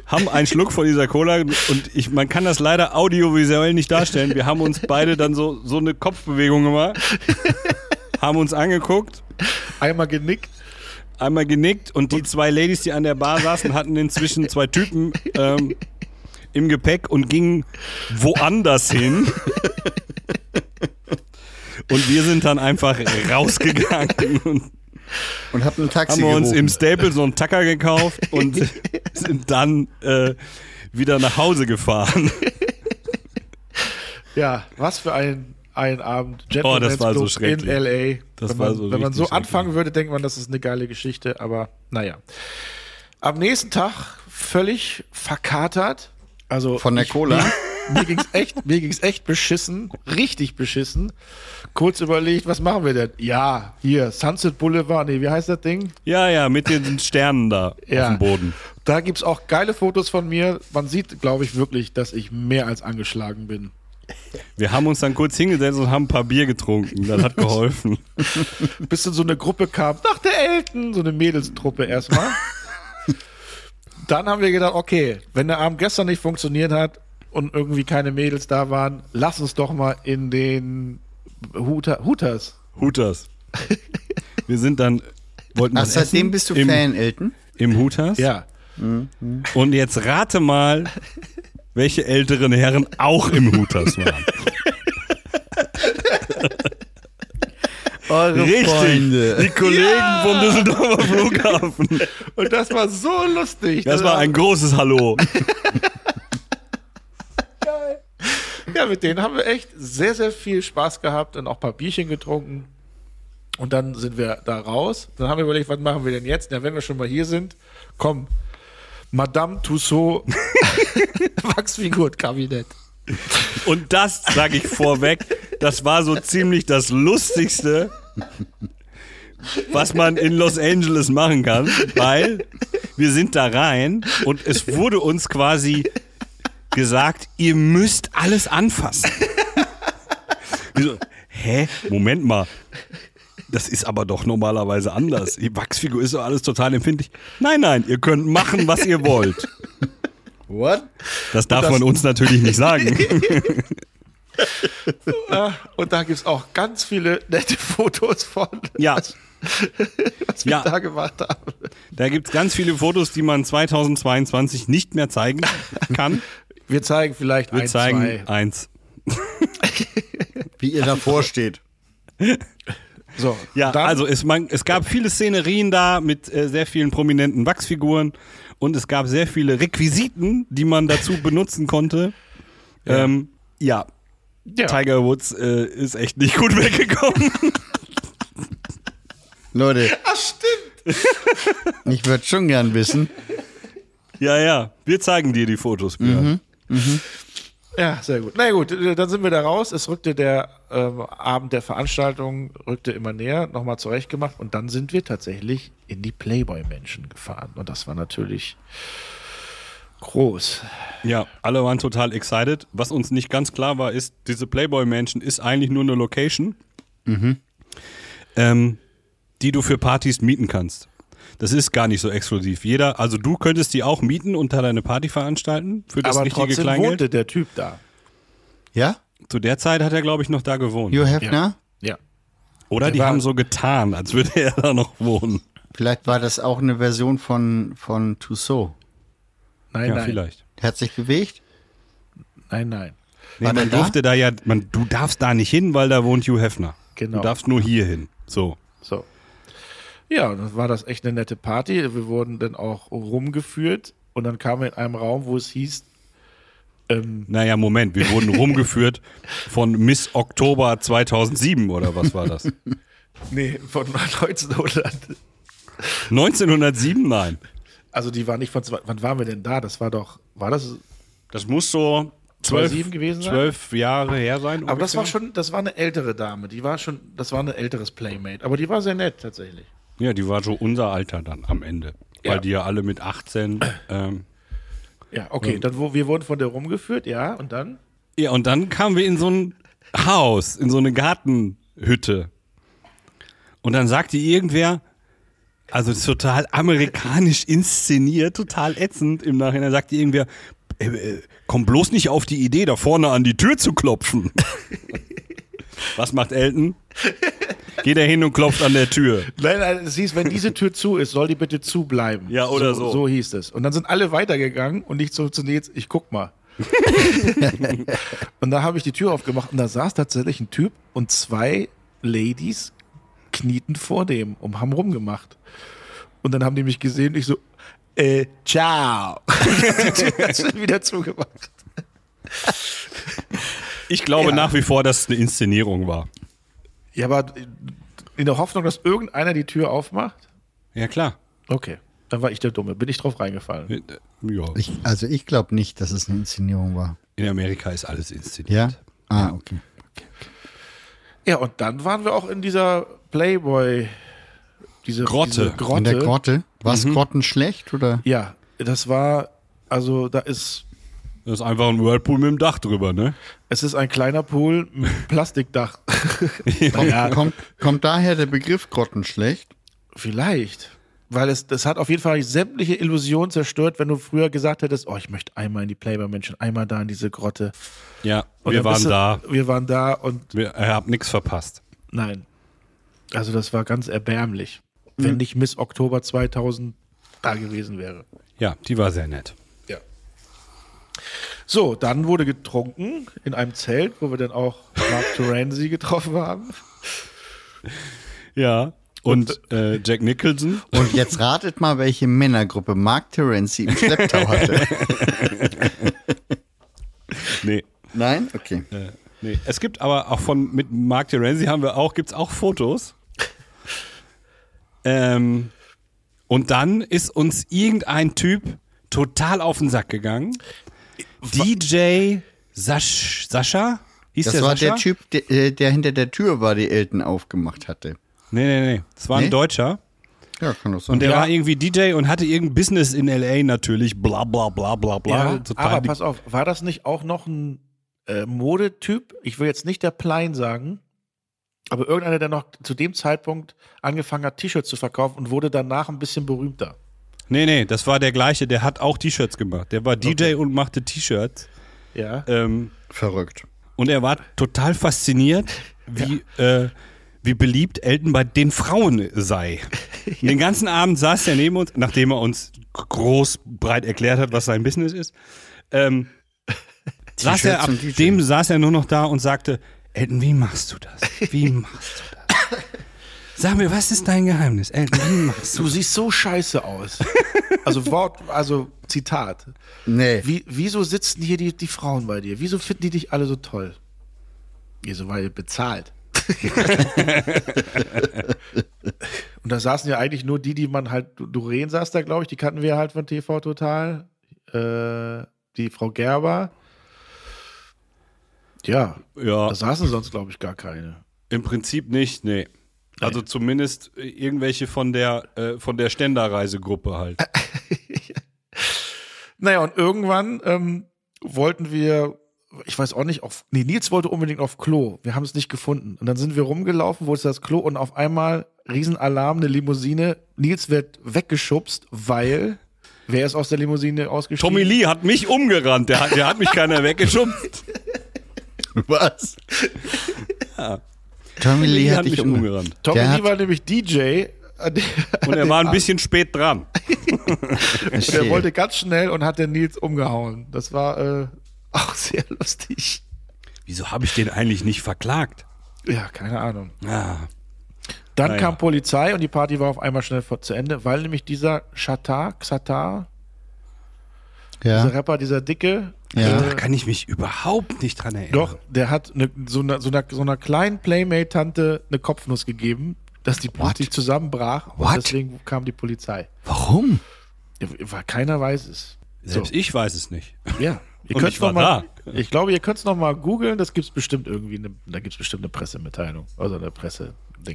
Speaker 3: haben einen Schluck von dieser Cola und ich, man kann das leider audiovisuell nicht darstellen. Wir haben uns beide dann so, so eine Kopfbewegung gemacht, haben uns angeguckt,
Speaker 4: Einmal genickt.
Speaker 3: einmal genickt und die zwei Ladies, die an der Bar saßen, hatten inzwischen zwei Typen ähm, im Gepäck und gingen woanders hin. Und wir sind dann einfach rausgegangen und
Speaker 2: Und hab ein Taxi
Speaker 3: haben wir uns im
Speaker 2: gerufen.
Speaker 3: Staples so einen Tacker gekauft und sind dann äh, wieder nach Hause gefahren.
Speaker 4: Ja, was für ein, ein Abend.
Speaker 3: Oh, das war so
Speaker 4: Club
Speaker 3: schrecklich.
Speaker 4: In L.A.
Speaker 3: Das
Speaker 4: wenn
Speaker 3: war
Speaker 4: man,
Speaker 3: so
Speaker 4: Wenn man
Speaker 3: richtig
Speaker 4: so anfangen würde, denkt man, das ist eine geile Geschichte, aber naja. Am nächsten Tag völlig verkatert. Also
Speaker 2: Von der
Speaker 4: ich-
Speaker 2: Cola.
Speaker 4: Mir ging's echt, mir ging's echt beschissen, richtig beschissen. Kurz überlegt, was machen wir denn? Ja, hier Sunset Boulevard, nee, wie heißt das Ding?
Speaker 3: Ja, ja, mit den Sternen da auf
Speaker 4: Ja.
Speaker 3: dem Boden.
Speaker 4: Da gibt's auch geile Fotos von mir. Man sieht, glaube ich, wirklich, dass ich mehr als angeschlagen bin.
Speaker 3: Wir haben uns dann kurz hingesetzt und haben ein paar Bier getrunken. Das hat geholfen.
Speaker 4: Bis dann so eine Gruppe kam, nach der Elton, so eine Mädelstruppe erstmal. dann haben wir gedacht, okay, wenn der Abend gestern nicht funktioniert hat und irgendwie keine Mädels da waren, lass uns doch mal in den Huta Hutas.
Speaker 3: Hooters. Wir sind dann, wollten
Speaker 2: Ach,
Speaker 3: was essen
Speaker 2: seitdem bist du
Speaker 3: im,
Speaker 2: Fan, Elton?
Speaker 3: im Hooters.
Speaker 4: Ja.
Speaker 3: Und jetzt rate mal, welche älteren Herren auch im Hooters waren.
Speaker 2: Eure
Speaker 3: Richtig. Die Kollegen vom Düsseldorfer Flughafen.
Speaker 4: Und das war so lustig.
Speaker 3: Das war ein großes Hallo.
Speaker 4: Ja, mit denen haben wir echt sehr, sehr viel Spaß gehabt und auch ein paar Bierchen getrunken. Und dann sind wir da raus. Dann haben wir überlegt, was machen wir denn jetzt? Na, wenn wir schon mal hier sind, komm, Madame Tussaud Wachsfigurenkabinett.
Speaker 3: Und das sage ich vorweg, das war so ziemlich das Lustigste, was man in Los Angeles machen kann, weil wir sind da rein und es wurde uns quasi gesagt, ihr müsst alles anfassen. Wir so, hä? Moment mal. Das ist aber doch normalerweise anders. Die Wachsfigur ist doch alles total empfindlich. Nein, nein, ihr könnt machen, was ihr wollt.
Speaker 2: What?
Speaker 3: Das darf
Speaker 4: das-
Speaker 3: man uns natürlich nicht sagen.
Speaker 4: Äh, und da gibt es auch ganz viele nette Fotos von,
Speaker 3: Ja.
Speaker 4: was, was wir
Speaker 3: Ja.
Speaker 4: da gemacht haben.
Speaker 3: Da gibt es ganz viele Fotos, die man 2022 nicht mehr zeigen kann.
Speaker 4: Wir zeigen vielleicht
Speaker 3: Wir
Speaker 4: ein,
Speaker 3: zeigen
Speaker 4: zwei.
Speaker 3: eins.
Speaker 2: Wie ihr davor steht.
Speaker 4: So,
Speaker 3: Ja,
Speaker 4: dann-
Speaker 3: also es, man, es gab viele Szenerien da mit äh, sehr vielen prominenten Wachsfiguren und es gab sehr viele Requisiten, die man dazu benutzen konnte. Ja, ähm, ja
Speaker 4: ja.
Speaker 3: Tiger Woods äh, ist echt nicht gut weggekommen.
Speaker 2: Leute. Ach, stimmt. Ich würde schon gern wissen.
Speaker 3: ja, ja, wir zeigen dir die Fotos, Björn.
Speaker 4: Ja, sehr gut. Na gut, äh, dann sind wir da raus. Es rückte der ähm, Abend der Veranstaltung, rückte immer näher, nochmal zurechtgemacht. Und dann sind wir tatsächlich in die Playboy-Menschen gefahren. Und das war natürlich groß.
Speaker 3: Ja, alle waren total excited. Was uns nicht ganz klar war, ist, diese Playboy Mansion ist eigentlich nur eine Location,
Speaker 4: Mhm.
Speaker 3: ähm, die du für Partys mieten kannst. Das ist gar nicht so exklusiv. Jeder, also du könntest die auch mieten und da deine Party veranstalten für das
Speaker 4: Aber
Speaker 3: richtige
Speaker 4: trotzdem
Speaker 3: Kleingeld.
Speaker 4: wohnte der Typ da.
Speaker 2: Ja?
Speaker 3: Zu der Zeit hat er, glaube ich, noch da gewohnt.
Speaker 2: Hugh Hefner?
Speaker 4: Ja.
Speaker 3: Oder die
Speaker 4: war-
Speaker 3: haben so getan, als würde er da noch wohnen.
Speaker 2: Vielleicht war das auch eine Version von, von Tussaud.
Speaker 4: Nein,
Speaker 3: Ja,
Speaker 4: nein.
Speaker 3: vielleicht.
Speaker 2: Der hat sich bewegt.
Speaker 4: Nein, nein.
Speaker 3: Nee,
Speaker 2: War
Speaker 3: man
Speaker 2: der da?
Speaker 3: durfte da ja, man, du darfst da nicht hin, weil da wohnt Hugh Hefner.
Speaker 4: Genau.
Speaker 3: Du darfst nur hier hin. So.
Speaker 4: So. Ja, und dann war das echt eine nette Party. Wir wurden dann auch rumgeführt. Und dann kamen wir in einem Raum, wo es hieß, ähm,
Speaker 3: Naja, Moment, wir wurden rumgeführt von Miss Oktober 2007 oder was war das?
Speaker 4: nee, von 1900.
Speaker 3: 1907? Nein.
Speaker 4: Also die war nicht von zwei, wann waren wir denn da? Das war doch, war das?
Speaker 3: Das muss so zwölf,
Speaker 4: 2007 gewesen sein?
Speaker 3: zwölf Jahre her sein.
Speaker 4: Aber das war
Speaker 3: ungefähr.
Speaker 4: schon, das war eine ältere Dame. Die war schon, das war ein älteres Playmate. Aber die war sehr nett tatsächlich.
Speaker 3: Ja, die war so unser Alter dann am Ende. Weil
Speaker 4: Ja.
Speaker 3: die ja alle mit 18. Ähm,
Speaker 4: Ja, okay. Dann wo, wir wurden von der rumgeführt, ja. Und dann?
Speaker 3: ja, und dann kamen wir in so ein Haus, in so eine Gartenhütte. Und dann sagte irgendwer, also das ist total amerikanisch inszeniert, total ätzend im Nachhinein, sagte irgendwer, äh, äh, komm bloß nicht auf die Idee, da vorne an die Tür zu klopfen. Was macht Elton? Geht er hin und klopft an der Tür.
Speaker 4: Nein, nein, es hieß, wenn diese Tür zu ist, soll die bitte zu bleiben.
Speaker 3: Ja, oder so.
Speaker 4: So, hieß es. Und dann sind alle weitergegangen und ich so zunächst, ich guck mal. und da habe ich die Tür aufgemacht und da saß tatsächlich ein Typ und zwei Ladies knieten vor dem und haben rumgemacht. Und dann haben die mich gesehen und ich so, äh, ciao. die Tür hat schon wieder zugemacht.
Speaker 3: Ich glaube
Speaker 4: Ja.
Speaker 3: nach wie vor, dass es eine Inszenierung war.
Speaker 4: Ja, aber in der Hoffnung, dass irgendeiner die Tür aufmacht?
Speaker 3: Ja, klar.
Speaker 4: Okay. Dann war ich der Dumme. Bin ich drauf reingefallen.
Speaker 3: Äh, Ja.
Speaker 2: Ich, also ich glaube nicht, dass es eine Inszenierung war.
Speaker 3: In Amerika ist alles inszeniert.
Speaker 2: Ja? Ah, okay.
Speaker 4: Ja, und dann waren wir auch in dieser Playboy, diese
Speaker 3: Grotte.
Speaker 4: Diese Grotte.
Speaker 2: In der Grotte? War es Grotten schlecht oder?
Speaker 4: Ja, das war, also da ist,
Speaker 3: Das ist einfach ein Whirlpool mit dem Dach drüber, ne?
Speaker 4: es ist ein kleiner Pool mit Plastikdach.
Speaker 2: Kommt, kommt, kommt daher der Begriff Grotten schlecht?
Speaker 4: Vielleicht. Weil es, das hat auf jeden Fall sämtliche Illusionen zerstört, wenn du früher gesagt hättest, oh, ich möchte einmal in die Playboy-Menschen, einmal da in diese Grotte.
Speaker 3: Ja,
Speaker 4: Und
Speaker 3: wir
Speaker 4: dann bist
Speaker 3: waren
Speaker 4: du,
Speaker 3: da.
Speaker 4: Wir waren da und
Speaker 3: Wir, ihr habt nichts verpasst.
Speaker 4: nein. Also das war ganz erbärmlich.
Speaker 3: Hm.
Speaker 4: Wenn nicht Miss Oktober 2000 da gewesen wäre.
Speaker 3: Ja, die war sehr nett.
Speaker 4: Ja. So, dann wurde getrunken in einem Zelt, wo wir dann auch Mark Terenzi getroffen haben.
Speaker 3: Ja. Und äh, Jack Nicholson.
Speaker 2: Und jetzt ratet mal, welche Männergruppe Mark Terenzi im Schlepptau hatte.
Speaker 3: Nee. äh,
Speaker 2: Nein? Okay.
Speaker 3: nee. Es gibt aber auch von mit Mark Terenzi haben wir auch, gibt's auch Fotos. ähm, und dann ist uns irgendein Typ total auf den Sack gegangen. DJ Sasch, Sascha? Hieß
Speaker 2: Das
Speaker 3: der
Speaker 2: war
Speaker 3: Sascha?
Speaker 2: der Typ, der, äh, der hinter der Tür war, die Elton aufgemacht hatte.
Speaker 3: Nee, nee, nee. Das war
Speaker 2: Nee?
Speaker 3: ein Deutscher.
Speaker 2: Ja, kann doch sein.
Speaker 3: Und der
Speaker 4: Ja.
Speaker 3: war irgendwie DJ und hatte irgendein Business in L.A. natürlich. Bla, bla, bla, bla, bla. Total
Speaker 4: aber
Speaker 3: die-
Speaker 4: pass auf, war das nicht auch noch ein äh, Modetyp? Ich will jetzt nicht der Plein sagen, aber irgendeiner, der noch zu dem Zeitpunkt angefangen hat, T-Shirts zu verkaufen und wurde danach ein bisschen berühmter.
Speaker 3: Nee, nee, das war der gleiche, der hat auch T-Shirts gemacht. Der war DJ und machte T-Shirts.
Speaker 4: Ja.
Speaker 3: Ähm,
Speaker 2: Verrückt.
Speaker 3: und er war total fasziniert, wie, äh, wie beliebt Elton bei den Frauen sei. Den ganzen Abend saß er neben uns, nachdem er uns groß, breit erklärt hat, was sein Business ist. Ähm, saß er, ab
Speaker 2: und DJs.
Speaker 3: dem saß er nur noch da und sagte, Elton, wie machst du das? Wie machst du das? Sag mir, was ist dein Geheimnis? Elton, wie machst du
Speaker 4: Du siehst so scheiße aus. Also Wort, also Zitat.
Speaker 2: Nee.
Speaker 4: Wie, wieso sitzen hier die, die Frauen bei dir? Wieso finden die dich alle so toll? Wieso, weil ihr bezahlt. Und da saßen ja eigentlich nur die, die man halt, Doreen saß da, glaube ich, die kannten wir halt von TV Total. Äh, die Frau Gerber. Ja,
Speaker 3: Ja.
Speaker 4: da saßen sonst, glaube ich, gar keine.
Speaker 3: Im Prinzip nicht, nee. Also zumindest äh, irgendwelche von der äh, von der Ständerreisegruppe halt.
Speaker 4: Naja, und irgendwann ähm, wollten wir, ich weiß auch nicht, auf, nee, Nils wollte unbedingt auf Klo. Wir haben es nicht gefunden. Und dann sind wir rumgelaufen, wo ist das Klo? Und auf einmal Riesenalarm, eine Limousine. Nils wird weggeschubst, weil, wer ist aus der Limousine ausgestiegen?
Speaker 3: Tommy Lee hat mich umgerannt, der hat, der hat mich keiner weggeschubst.
Speaker 2: Was? Tommy Lee hat dich um-
Speaker 3: mich
Speaker 2: umgerannt.
Speaker 3: umgerannt.
Speaker 4: Tommy
Speaker 2: Der
Speaker 4: Lee
Speaker 2: hat-
Speaker 4: war nämlich DJ. an dem-
Speaker 3: Und er war ein bisschen spät dran.
Speaker 4: Der
Speaker 2: Verstehe.
Speaker 4: wollte ganz schnell und hat den Nils umgehauen. Das war äh, auch sehr lustig.
Speaker 3: Wieso habe ich den eigentlich nicht verklagt?
Speaker 4: Ja, keine Ahnung.
Speaker 3: Ah,
Speaker 4: Dann
Speaker 3: Naja.
Speaker 4: kam Polizei und die Party war auf einmal schnell vor, zu Ende, weil nämlich dieser Xatar, Xatar,
Speaker 2: ja.
Speaker 4: dieser Rapper, dieser Dicke, äh,
Speaker 2: Ja.
Speaker 3: da kann ich mich überhaupt nicht dran erinnern.
Speaker 4: doch, der hat ne, so einer so einer so einer kleinen Playmate-Tante eine Kopfnuss gegeben, dass die Party zusammenbrach.
Speaker 2: What?
Speaker 4: Und deswegen kam die Polizei.
Speaker 2: Warum?
Speaker 4: Ja, Weil keiner weiß es.
Speaker 3: Selbst ich weiß es nicht.
Speaker 4: Ja. Ihr
Speaker 3: Und
Speaker 4: könnt's
Speaker 3: ich war
Speaker 4: noch mal, ich glaube, ihr könnt es nochmal googeln, das gibt's bestimmt irgendwie, eine, da gibt's bestimmt eine Pressemitteilung. Also eine Presse.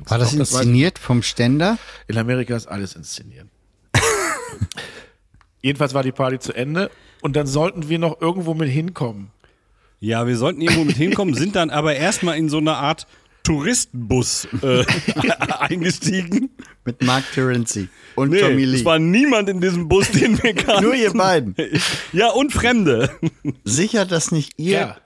Speaker 2: War das inszeniert vom Ständer?
Speaker 4: In Amerika ist alles inszenieren. Jedenfalls war die Party zu Ende und dann sollten wir noch irgendwo mit hinkommen.
Speaker 3: Ja, wir sollten irgendwo mit hinkommen, sind dann aber erstmal in so eine Art Touristenbus äh, eingestiegen.
Speaker 2: Mit Mark Terenzi und
Speaker 3: Nee,
Speaker 2: Tommy Lee.
Speaker 3: es war niemand in diesem Bus, den wir kannten.
Speaker 2: Nur ihr beiden.
Speaker 3: Ja, und Fremde.
Speaker 2: Sicher, dass nicht ihr.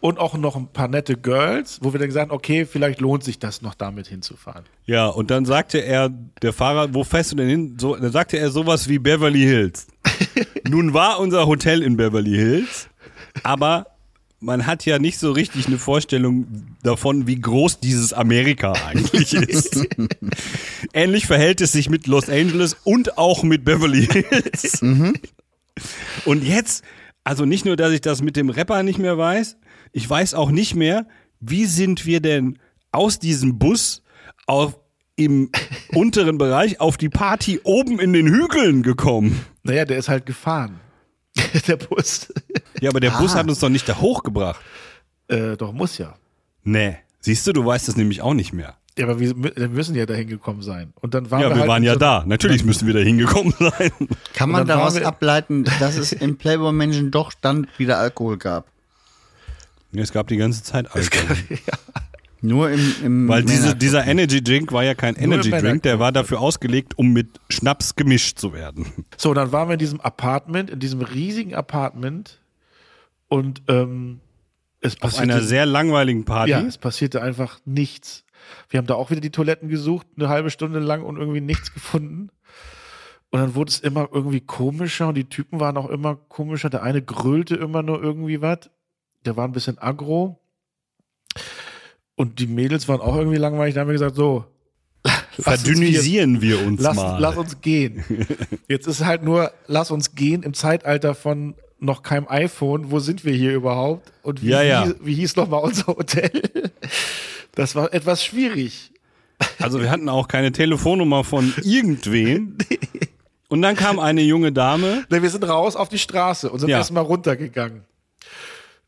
Speaker 4: Und auch noch ein paar nette Girls, wo wir dann gesagt haben, okay, vielleicht lohnt sich das noch damit hinzufahren.
Speaker 3: Ja, und dann sagte er, der Fahrer, wo fährst du denn hin? So, dann sagte er sowas wie Beverly Hills. Nun war unser Hotel in Beverly Hills, aber man hat ja nicht so richtig eine Vorstellung davon, wie groß dieses Amerika eigentlich ist. Ähnlich verhält es sich mit Los Angeles und auch mit Beverly Hills. Und jetzt, also nicht nur, dass ich das mit dem Rapper nicht mehr weiß, ich weiß auch nicht mehr, wie sind wir denn aus diesem Bus auf im unteren Bereich auf die Party oben in den Hügeln gekommen.
Speaker 4: Naja, der ist halt gefahren. der Bus.
Speaker 3: Ja, aber der Bus hat uns doch nicht da hochgebracht.
Speaker 4: äh, doch, muss ja.
Speaker 3: Nee. Siehst du, du weißt das nämlich auch nicht mehr.
Speaker 4: Ja, aber wir, wir müssen ja da hingekommen sein. Und dann waren
Speaker 3: Ja,
Speaker 4: wir,
Speaker 3: wir
Speaker 4: halt
Speaker 3: waren
Speaker 4: in
Speaker 3: ja
Speaker 4: so-
Speaker 3: da. Natürlich müssen wir da hingekommen sein.
Speaker 2: Kann
Speaker 4: Und
Speaker 2: man
Speaker 4: dann
Speaker 2: daraus
Speaker 4: waren wir-
Speaker 2: ableiten, dass es im Playboy Mansion doch dann wieder Alkohol gab?
Speaker 3: Ja, Es gab die ganze Zeit Alkohol.
Speaker 2: Nur im, im
Speaker 3: Weil diese,
Speaker 2: Männer-
Speaker 3: dieser Energy Drink war ja kein
Speaker 4: Nur im
Speaker 3: Energy Drink, der
Speaker 4: Männerclub.
Speaker 3: war dafür ausgelegt, um mit Schnaps gemischt zu werden.
Speaker 4: So, dann waren wir in diesem Apartment, in diesem riesigen Apartment und ähm, es
Speaker 3: Auf einer
Speaker 4: passierte
Speaker 3: sehr langweiligen Party.
Speaker 4: Ja, es passierte einfach nichts. Wir haben da auch wieder die Toiletten gesucht, eine halbe Stunde lang und irgendwie nichts gefunden. Und dann wurde es immer irgendwie komischer und die Typen waren auch immer komischer. Der eine grölte immer nur irgendwie was. Der war ein bisschen aggro. Und die Mädels waren auch irgendwie langweilig. Da haben wir gesagt, so, lass uns hier-
Speaker 3: Verdünnisieren wir uns
Speaker 4: Lass,
Speaker 3: mal.
Speaker 4: lass uns gehen. Jetzt ist halt nur, lass uns gehen im Zeitalter von noch keinem iPhone. Wo sind wir hier überhaupt? Und wie,
Speaker 3: Ja, ja.
Speaker 4: wie, wie hieß nochmal unser Hotel? Das war etwas schwierig.
Speaker 3: Also wir hatten auch keine Telefonnummer von irgendwen. Und dann kam eine junge Dame.
Speaker 4: Ne, Wir sind raus auf die Straße und sind
Speaker 3: Ja.
Speaker 4: erstmal runtergegangen.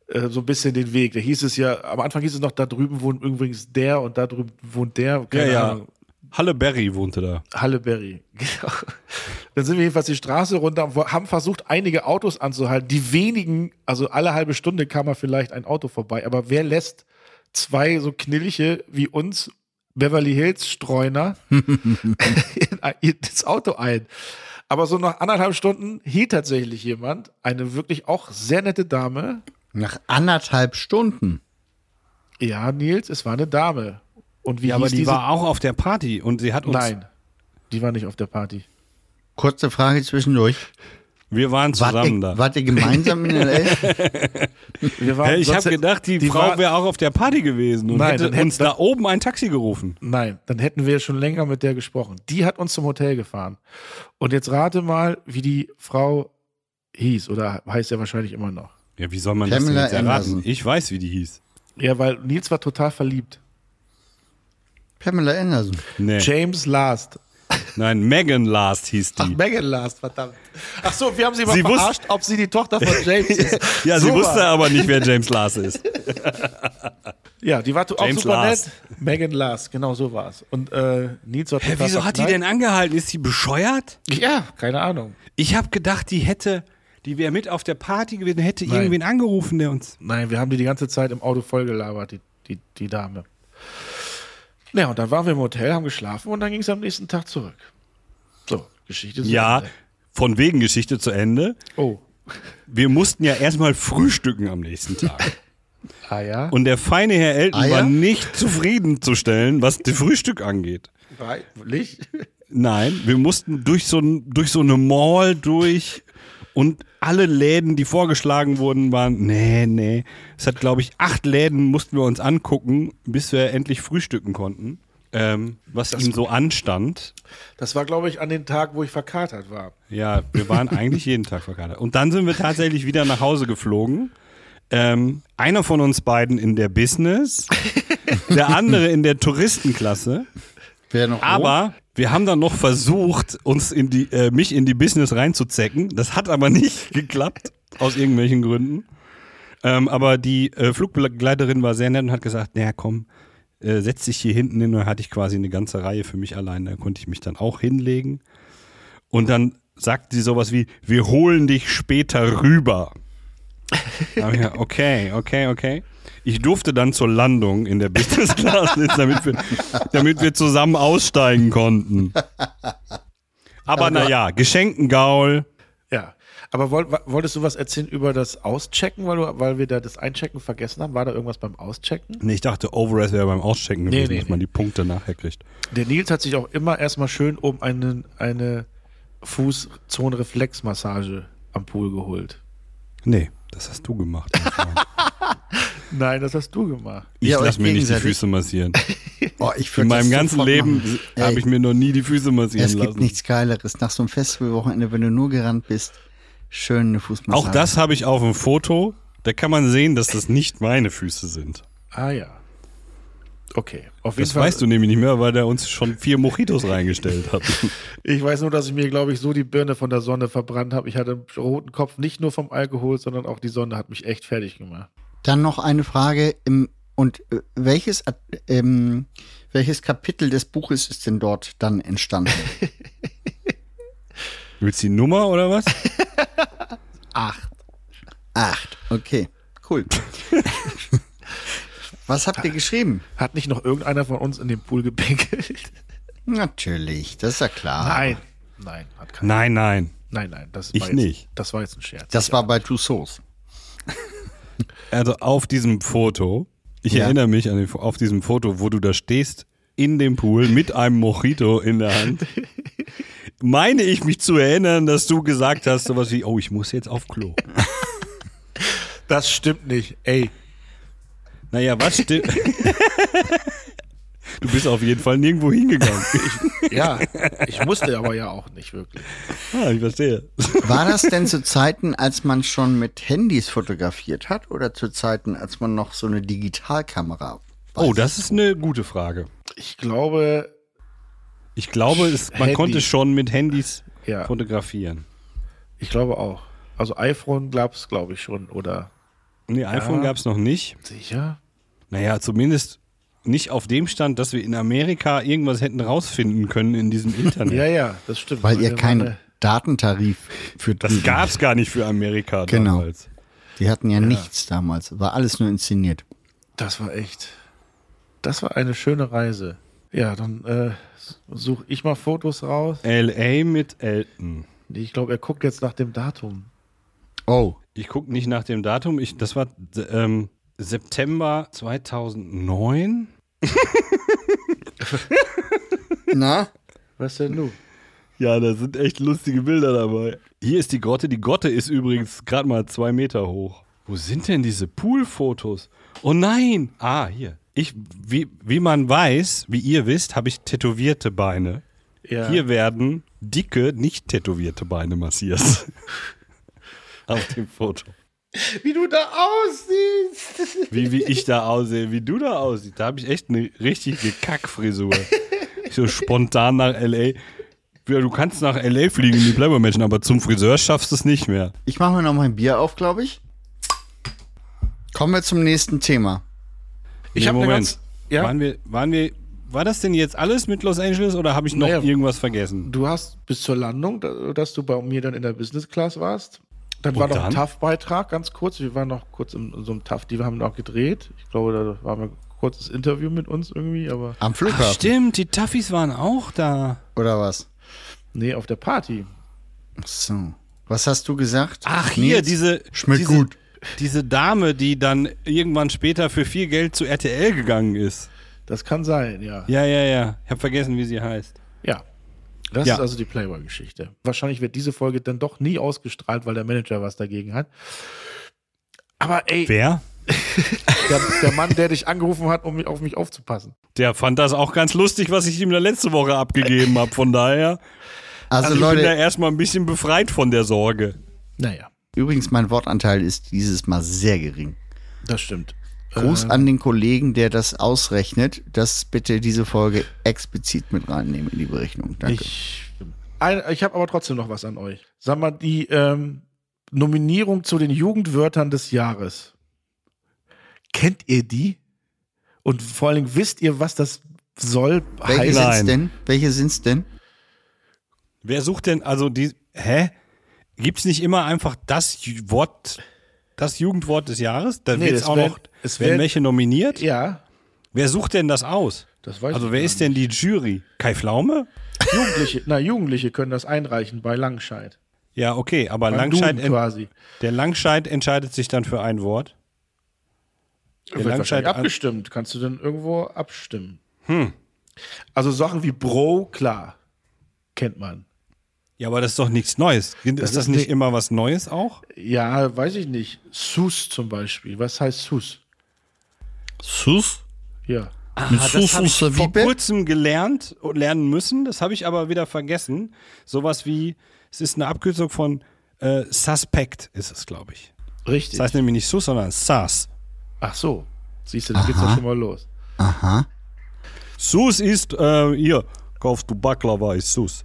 Speaker 4: Äh, So ein bisschen den Weg. Da hieß es ja, am Anfang hieß es noch, da drüben wohnt übrigens der und da drüben wohnt der.
Speaker 3: Ja,
Speaker 4: Keine
Speaker 3: ja.
Speaker 4: Ahnung.
Speaker 3: Halle Berry wohnte da.
Speaker 4: Halleberry. Genau. Dann sind wir jedenfalls die Straße runter und wo- haben versucht, einige Autos anzuhalten. Die wenigen, also alle halbe Stunde kam mal vielleicht ein Auto vorbei. Aber wer lässt zwei so knillige wie uns Beverly Hills Streuner in- in- ins Auto ein? Aber so nach anderthalb Stunden hielt tatsächlich jemand, eine wirklich auch sehr nette Dame.
Speaker 2: Nach anderthalb Stunden.
Speaker 4: Ja, Nils, es war eine Dame. Und wie
Speaker 3: Ja,
Speaker 4: hieß
Speaker 3: aber die
Speaker 4: diese?
Speaker 3: war auch auf der Party und sie hat uns.
Speaker 4: Nein, die war nicht auf der Party.
Speaker 2: Kurze Frage zwischendurch.
Speaker 3: Wir waren
Speaker 2: Wart
Speaker 3: zusammen
Speaker 2: ihr,
Speaker 3: da.
Speaker 2: wart ihr gemeinsam in L.A.?
Speaker 4: Wir waren
Speaker 3: Hä, ich
Speaker 4: sonst
Speaker 3: habe
Speaker 4: hätt-
Speaker 3: gedacht, die,
Speaker 4: war-
Speaker 3: Frau wäre auch auf der Party gewesen und
Speaker 4: Nein,
Speaker 3: hätte
Speaker 4: dann hätte-
Speaker 3: uns da oben ein Taxi gerufen.
Speaker 4: Nein, dann hätten wir schon länger mit der gesprochen. Die hat uns zum Hotel gefahren. Und jetzt rate mal, wie die Frau hieß oder heißt ja wahrscheinlich immer noch.
Speaker 3: Ja, wie soll man
Speaker 2: Pamela
Speaker 3: das denn jetzt erraten?
Speaker 2: Anderson.
Speaker 3: Ich weiß, wie die hieß.
Speaker 4: Ja, weil Nils war total verliebt.
Speaker 2: Pamela Anderson.
Speaker 3: Nee.
Speaker 4: James Last.
Speaker 3: Nein, Megan Last hieß die.
Speaker 4: Ach, Megan Last, verdammt. Ach so, wir haben sie mal
Speaker 3: Sie wus-
Speaker 4: verarscht, ob sie die Tochter von James ist.
Speaker 3: ja, sie
Speaker 4: Super.
Speaker 3: wusste aber nicht, wer James Last ist.
Speaker 4: Ja, die war auch
Speaker 3: James
Speaker 4: super
Speaker 3: Last.
Speaker 4: nett. Megan Last, genau so war es. Und äh, Nils war
Speaker 3: Hä,
Speaker 4: total
Speaker 3: wieso hat die denn
Speaker 4: verknallt.
Speaker 3: angehalten? Ist sie bescheuert?
Speaker 4: Ja, keine Ahnung.
Speaker 3: Ich habe gedacht, die hätte, die wäre mit auf der Party gewesen, hätte
Speaker 4: Nein.
Speaker 3: irgendwen angerufen, der uns.
Speaker 4: Nein, wir haben die die ganze Zeit im Auto vollgelabert, die, die, die Dame. Ja, und dann waren wir im Hotel, haben geschlafen und dann ging es am nächsten Tag zurück. So, Geschichte zu
Speaker 3: Ja,
Speaker 4: Ende.
Speaker 3: von wegen Geschichte zu Ende.
Speaker 4: Oh.
Speaker 3: Wir mussten ja erstmal frühstücken am nächsten Tag.
Speaker 4: Ah ja.
Speaker 3: Und der feine Herr Elton
Speaker 2: Eier?
Speaker 3: war nicht zufriedenzustellen, was das Frühstück angeht.
Speaker 4: Freilich.
Speaker 3: Nein, wir mussten durch so, n- durch so eine Mall durch und alle Läden, die vorgeschlagen wurden, waren, nee, nee. Es hat, glaube ich, acht Läden mussten wir uns angucken, bis wir endlich frühstücken konnten. Ähm, was ihm so anstand.
Speaker 4: Das war, glaube ich, an den Tag, wo ich verkatert war.
Speaker 3: Ja, wir waren eigentlich jeden Tag verkatert. Und dann sind wir tatsächlich wieder nach Hause geflogen. Ähm, einer von uns beiden in der Business, der andere in der Touristenklasse.
Speaker 2: Wer noch?
Speaker 3: Aber wir haben dann noch versucht, uns in die, äh, mich in die Business reinzuzecken. Das hat aber nicht geklappt, aus irgendwelchen Gründen. Ähm, aber die äh, Flugbegleiterin war sehr nett und hat gesagt, naja, komm, äh, setz dich hier hinten hin. Und dann hatte ich quasi eine ganze Reihe für mich allein. Da konnte ich mich dann auch hinlegen. Und dann sagt sie sowas wie, wir holen dich später rüber. Da hab ich gedacht, okay, okay, okay. Ich durfte dann zur Landung in der Business Class sitzen, damit wir, damit wir zusammen aussteigen konnten. Aber naja, Geschenkengaul.
Speaker 4: Ja. Aber woll, wa- wolltest du was erzählen über das Auschecken, weil, du, weil wir da das Einchecken vergessen haben? War da irgendwas beim Auschecken?
Speaker 3: Nee, ich dachte, Overrest wäre beim Auschecken gewesen,
Speaker 4: nee,
Speaker 3: dass man die Punkte nachher kriegt.
Speaker 4: Der Nils hat sich auch immer erstmal schön um einen, eine Fußzonenreflexmassage am Pool geholt.
Speaker 3: Nee, das hast du gemacht.
Speaker 4: Nein, das hast du gemacht.
Speaker 3: Ich
Speaker 2: Ja,
Speaker 3: lass
Speaker 2: euch
Speaker 3: mir nicht die
Speaker 2: gegenseitig.
Speaker 3: Füße massieren.
Speaker 2: Oh, ich würd
Speaker 3: In meinem
Speaker 2: das
Speaker 3: ganzen
Speaker 2: sofort
Speaker 3: Leben
Speaker 2: machen.
Speaker 3: habe
Speaker 2: Ey,
Speaker 3: ich mir noch nie die Füße massieren
Speaker 2: Es
Speaker 3: lassen.
Speaker 2: gibt nichts Geileres. Nach so einem Festivalwochenende, wenn du nur gerannt bist, schön eine Fußmassage.
Speaker 3: Auch das habe ich auf dem Foto. Da kann man sehen, dass das nicht meine Füße sind.
Speaker 4: Ah ja. Okay. Auf jeden
Speaker 3: Das
Speaker 4: Fall,
Speaker 3: weißt du nämlich nicht mehr, weil der uns schon vier Mojitos reingestellt hat.
Speaker 4: Ich weiß nur, dass ich mir, glaube ich, so die Birne von der Sonne verbrannt habe. Ich hatte einen roten Kopf, nicht nur vom Alkohol, sondern auch die Sonne hat mich echt fertig gemacht.
Speaker 2: Dann noch eine Frage. Im, und äh, welches, At- ähm, welches Kapitel des Buches ist denn dort dann entstanden?
Speaker 3: Willst du die Nummer oder was?
Speaker 2: Acht. Okay, cool. Was habt ihr geschrieben?
Speaker 4: Hat nicht noch irgendeiner von uns in den Pool gepinkelt?
Speaker 2: Natürlich, das ist ja klar.
Speaker 4: Nein. Nein, hat keiner.
Speaker 3: Nein, nein.
Speaker 4: Nein, nein, das
Speaker 3: Ich
Speaker 4: war jetzt,
Speaker 3: nicht.
Speaker 4: Das war jetzt ein Scherz.
Speaker 2: Das war bei Tussauds.
Speaker 3: Also auf diesem Foto, ich
Speaker 2: Ja.
Speaker 3: erinnere mich an den, auf diesem Foto, wo du da stehst in dem Pool mit einem Mojito in der Hand, meine ich mich zu erinnern, dass du gesagt hast, sowas wie, oh, ich muss jetzt auf Klo.
Speaker 4: Das stimmt nicht. Ey,
Speaker 3: Naja, was stimmt? du bist auf jeden Fall nirgendwo hingegangen.
Speaker 4: ja, ich musste aber ja auch nicht wirklich.
Speaker 3: ah, ich verstehe.
Speaker 2: War das denn zu Zeiten, als man schon mit Handys fotografiert hat oder zu Zeiten, als man noch so eine Digitalkamera
Speaker 3: Oh, das ist eine gute Frage.
Speaker 4: Ich glaube,
Speaker 3: Ich glaube, es, man
Speaker 4: Handy.
Speaker 3: konnte schon mit Handys
Speaker 4: Ja.
Speaker 3: fotografieren.
Speaker 4: ich glaube auch. Also iPhone gab's, glaube ich, schon, oder?
Speaker 3: Nee, iPhone gab es noch nicht.
Speaker 4: Sicher?
Speaker 3: Naja, zumindest nicht auf dem Stand, dass wir in Amerika irgendwas hätten rausfinden können in diesem Internet.
Speaker 4: Ja, ja, das stimmt.
Speaker 2: Weil ihr
Speaker 4: Meine-
Speaker 2: keinen
Speaker 4: meine-
Speaker 2: Datentarif für
Speaker 3: Das
Speaker 2: die-
Speaker 3: gab es gar nicht für Amerika
Speaker 2: Genau.
Speaker 3: damals.
Speaker 2: Die hatten ja, nichts damals. War alles nur inszeniert.
Speaker 4: Das war echt. Das war eine schöne Reise. Ja, dann äh, suche ich mal Fotos raus.
Speaker 3: L.A. mit Elton.
Speaker 4: Nee, ich glaube, er guckt jetzt nach dem Datum.
Speaker 2: Oh.
Speaker 3: Ich gucke nicht nach dem Datum. Ich, das war ähm, September 2009.
Speaker 2: Na?
Speaker 4: Was denn nun?
Speaker 3: Ja, da sind echt lustige Bilder dabei. Hier ist die Grotte. Die Grotte ist übrigens gerade mal zwei Meter hoch. Wo sind denn diese Poolfotos? Oh nein! Ah, hier. Ich, wie, wie man weiß, wie ihr wisst, habe ich tätowierte Beine.
Speaker 4: Ja.
Speaker 3: Hier werden dicke, nicht tätowierte Beine massiert. Auf dem Foto.
Speaker 4: Wie du da aussiehst.
Speaker 3: Wie, wie ich da aussehe, wie du da aussiehst. Da habe ich echt eine richtige Kackfrisur. Ich So spontan nach L.A. Ja, du kannst nach L.A. fliegen, die Bleibermenschen, aber zum Friseur schaffst du es nicht mehr.
Speaker 2: Ich mache mir noch mein Bier auf, glaube ich. Kommen wir zum nächsten Thema.
Speaker 4: Ich
Speaker 3: Nee,
Speaker 4: habe eine ganz. Ja,
Speaker 3: Waren wir, waren wir, war das denn jetzt alles mit Los Angeles oder habe ich noch
Speaker 4: Naja.
Speaker 3: irgendwas vergessen?
Speaker 4: du hast bis zur Landung, da- dass du bei mir dann in der Business Class warst. Dann
Speaker 3: Und
Speaker 4: war noch ein
Speaker 3: dann?
Speaker 4: TAF-Beitrag, ganz kurz. Wir waren noch kurz in, so einem TAF, die haben auch gedreht. Ich glaube, da war ein kurzes Interview mit uns irgendwie, aber.
Speaker 2: Am Flughafen.
Speaker 3: stimmt, die Tuffys waren auch da.
Speaker 2: oder was?
Speaker 4: Nee, auf der Party.
Speaker 2: Ach So. Was hast du gesagt?
Speaker 3: Ach, hier,
Speaker 2: Nils?
Speaker 3: diese.
Speaker 2: Schmeckt
Speaker 3: diese,
Speaker 2: gut.
Speaker 3: Diese Dame, die dann irgendwann später für viel Geld zu RTL gegangen ist.
Speaker 4: Das kann sein, ja.
Speaker 3: Ja, ja, ja. Ich habe vergessen, wie sie heißt.
Speaker 4: Ja. Das
Speaker 3: Ja.
Speaker 4: ist also die Playboy-Geschichte. Wahrscheinlich wird diese Folge dann doch nie ausgestrahlt, weil der Manager was dagegen hat. Aber ey,
Speaker 3: Wer?
Speaker 4: der, der Mann, der dich angerufen hat, um auf mich aufzupassen.
Speaker 3: Der fand das auch ganz lustig, was ich ihm da letzte Woche abgegeben habe. Von daher,
Speaker 2: also,
Speaker 3: ich bin da
Speaker 2: Leute,
Speaker 3: erstmal ein bisschen befreit von der Sorge.
Speaker 4: Naja,
Speaker 2: übrigens, mein Wortanteil ist dieses Mal sehr gering.
Speaker 4: das stimmt.
Speaker 2: Gruß
Speaker 4: Ähm.
Speaker 2: an den Kollegen, der das ausrechnet, dass bitte diese Folge explizit mit reinnehmen in die Berechnung. Danke.
Speaker 4: Ich, ein, ich habe aber trotzdem noch was an euch. Sag mal, die ähm, Nominierung zu den Jugendwörtern des Jahres. Kennt ihr die? Und vor allen Dingen wisst ihr, was das soll?
Speaker 2: Welche
Speaker 4: heißt?
Speaker 2: sind's
Speaker 3: Nein.
Speaker 2: denn? Welche sind's denn?
Speaker 3: Wer sucht denn, also die, hä? Gibt's nicht immer einfach das Ju- Wort, das Jugendwort des Jahres? Da
Speaker 4: Nee,
Speaker 3: wird's
Speaker 4: das
Speaker 3: auch
Speaker 4: wär-
Speaker 3: noch,
Speaker 4: es wär-
Speaker 3: werden welche nominiert?
Speaker 4: Ja,
Speaker 3: Wer sucht denn das aus?
Speaker 4: das weiß
Speaker 3: Also
Speaker 4: ich
Speaker 3: wer
Speaker 4: gar
Speaker 3: ist denn die Jury? Kai Pflaume?
Speaker 4: Jugendliche, na, Jugendliche können das einreichen bei Langscheid.
Speaker 3: Ja, okay, aber
Speaker 4: Beim
Speaker 3: Langscheid,
Speaker 4: Duden
Speaker 3: en-
Speaker 4: quasi.
Speaker 3: der Langscheid entscheidet sich dann für ein Wort. Der
Speaker 4: Wird wahrscheinlich
Speaker 3: Langscheid an-
Speaker 4: abgestimmt. Kannst du dann irgendwo abstimmen? Also Sachen wie Bro, klar, kennt man.
Speaker 3: Ja, aber das ist doch nichts Neues. Ist das,
Speaker 4: ist
Speaker 3: nicht
Speaker 4: nicht-
Speaker 3: immer was Neues auch?
Speaker 4: Ja, weiß ich nicht. Sus zum Beispiel. Was heißt Sus?
Speaker 2: Sus?
Speaker 4: Ja.
Speaker 2: Mit
Speaker 3: Ah, das
Speaker 2: Sus
Speaker 3: habe
Speaker 2: und
Speaker 3: ich vor
Speaker 2: Serviette?
Speaker 3: kurzem gelernt und lernen müssen. Das habe ich aber wieder vergessen. Sowas wie, es ist eine Abkürzung von äh, Suspect ist es, glaube ich.
Speaker 4: Richtig.
Speaker 3: Das heißt nämlich nicht Sus, sondern Sas.
Speaker 4: Ach so. Siehst du, da geht's ja schon mal los.
Speaker 3: Sus ist, äh, hier, kaufst du Baklava, ist Sus.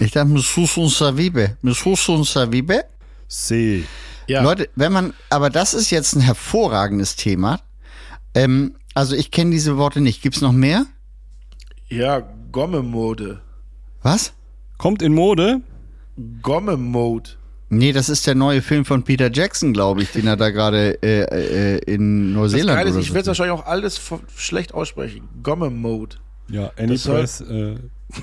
Speaker 2: Ich dachte, mit Sus und Savibe. Mit Sus und Savibe?
Speaker 3: See.
Speaker 4: Ja.
Speaker 2: Leute, wenn man, aber das ist jetzt ein hervorragendes Thema. Ähm, also ich kenne diese Worte nicht. Gibt's noch mehr?
Speaker 4: Ja, Gomme-Mode.
Speaker 2: Was?
Speaker 3: Kommt in Mode.
Speaker 4: Gomme-Mode.
Speaker 2: Nee, das ist der neue Film von Peter Jackson, glaube ich, den er da gerade äh, äh, in
Speaker 4: Das
Speaker 2: Neuseeland
Speaker 4: Geile ist,
Speaker 2: oder
Speaker 4: ich werde
Speaker 2: so.
Speaker 4: wahrscheinlich auch alles von- schlecht aussprechen. Gomme-Mode.
Speaker 3: Ja, Any
Speaker 4: Das soll-
Speaker 3: Price. Äh,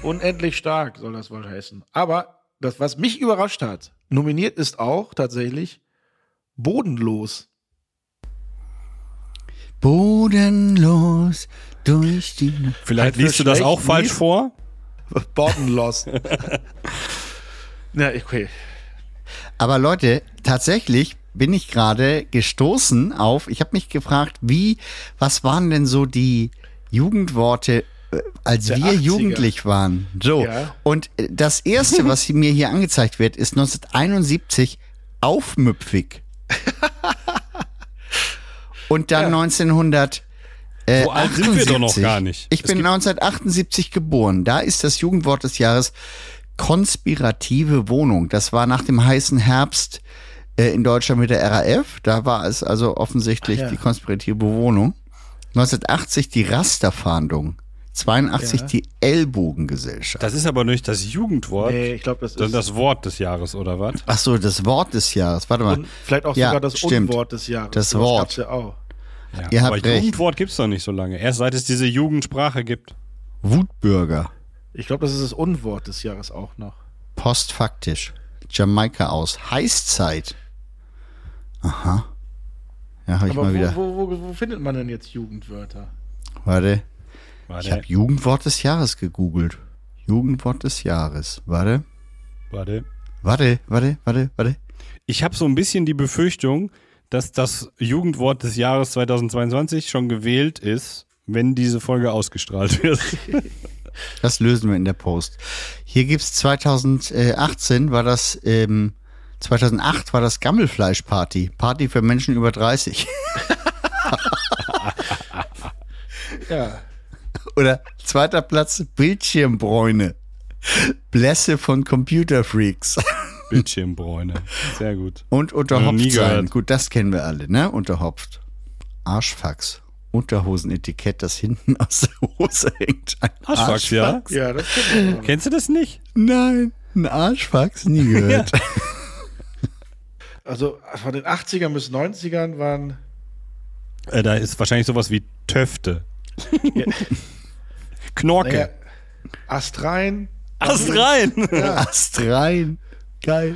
Speaker 4: Unendlich stark soll das wohl heißen. Aber das, was mich überrascht hat, nominiert ist auch tatsächlich Bodenlos.
Speaker 2: Bodenlos durch die.
Speaker 3: vielleicht
Speaker 4: Halt
Speaker 3: liest du das
Speaker 4: schlecht
Speaker 3: auch falsch
Speaker 4: liest-
Speaker 3: vor.
Speaker 4: Bodenlos. Na, okay.
Speaker 2: Aber Leute, tatsächlich bin ich gerade gestoßen auf, ich habe mich gefragt, wie, was waren denn so die Jugendworte, äh, als
Speaker 4: Der
Speaker 2: wir
Speaker 4: 80er.
Speaker 2: jugendlich waren? So.
Speaker 4: Ja.
Speaker 2: Und äh, das erste, was mir hier angezeigt wird, ist 1971 aufmüpfig. Und dann 1900 äh,
Speaker 3: So alt sind wir doch noch
Speaker 2: 78.
Speaker 3: gar nicht.
Speaker 2: Ich
Speaker 3: Es
Speaker 2: bin
Speaker 3: gibt-
Speaker 2: 1978 geboren. Da ist das Jugendwort des Jahres konspirative Wohnung. Das war nach dem heißen Herbst äh, in Deutschland mit der RAF. Da war es also offensichtlich
Speaker 4: Ach ja.
Speaker 2: die konspirative Wohnung. 1980 die Rasterfahndung. 82
Speaker 4: Ja.
Speaker 2: die Ellbogengesellschaft.
Speaker 3: Das ist aber nicht das Jugendwort,
Speaker 4: Nee, ich glaube, das ist
Speaker 3: sondern das Wort des Jahres, oder was?
Speaker 2: Ach so, das Wort des Jahres. Warte mal.
Speaker 4: und vielleicht auch
Speaker 2: Ja,
Speaker 4: sogar das
Speaker 2: stimmt.
Speaker 4: Unwort des Jahres.
Speaker 2: Das
Speaker 4: Sowas
Speaker 2: Wort.
Speaker 4: gab's Ja auch.
Speaker 3: Ja,
Speaker 2: Ihr
Speaker 3: aber
Speaker 2: habt recht.
Speaker 3: Jugendwort gibt es doch nicht so lange. Erst seit es diese Jugendsprache gibt.
Speaker 2: Wutbürger.
Speaker 4: Ich glaube, das ist das Unwort des Jahres auch noch.
Speaker 2: Postfaktisch. Jamaika aus. Heißzeit. Aha. Ja, habe ich
Speaker 4: Aber
Speaker 2: mal wieder.
Speaker 4: wo, wo, wo, wo findet man denn jetzt Jugendwörter?
Speaker 2: Warte. Ich
Speaker 3: Warte,
Speaker 2: habe Jugendwort des Jahres gegoogelt. Jugendwort des Jahres. Warte.
Speaker 3: warte.
Speaker 2: Warte, warte, warte, warte.
Speaker 3: Ich habe so ein bisschen die Befürchtung, dass das Jugendwort des Jahres 2022 schon gewählt ist, wenn diese Folge ausgestrahlt wird.
Speaker 2: Das lösen wir in der Post. Hier gibt's 2018 war das, ähm, 2008 war das Gammelfleischparty. Party für Menschen über 30.
Speaker 4: Ja.
Speaker 2: Oder zweiter Platz Bildschirmbräune. Blässe von Computerfreaks.
Speaker 3: Bildschirmbräune. Sehr gut.
Speaker 2: Und
Speaker 3: Noch nie
Speaker 2: unterhopft sein.
Speaker 3: gehört.
Speaker 2: Gut, das kennen wir alle, ne? Unterhopft. Arschfax. Unterhosenetikett, das hinten aus der Hose hängt. Ein
Speaker 3: Arschfax, ja.
Speaker 4: Ja, das kennt man.
Speaker 3: Kennst du das nicht?
Speaker 2: Nein, ein Arschfax nie gehört.
Speaker 4: Also von den 80ern bis 90ern waren.
Speaker 3: Äh, da ist wahrscheinlich sowas wie Töfte. Knorke.
Speaker 4: Naja, Astrein,
Speaker 3: Ast rein!
Speaker 2: Astrein. Geil.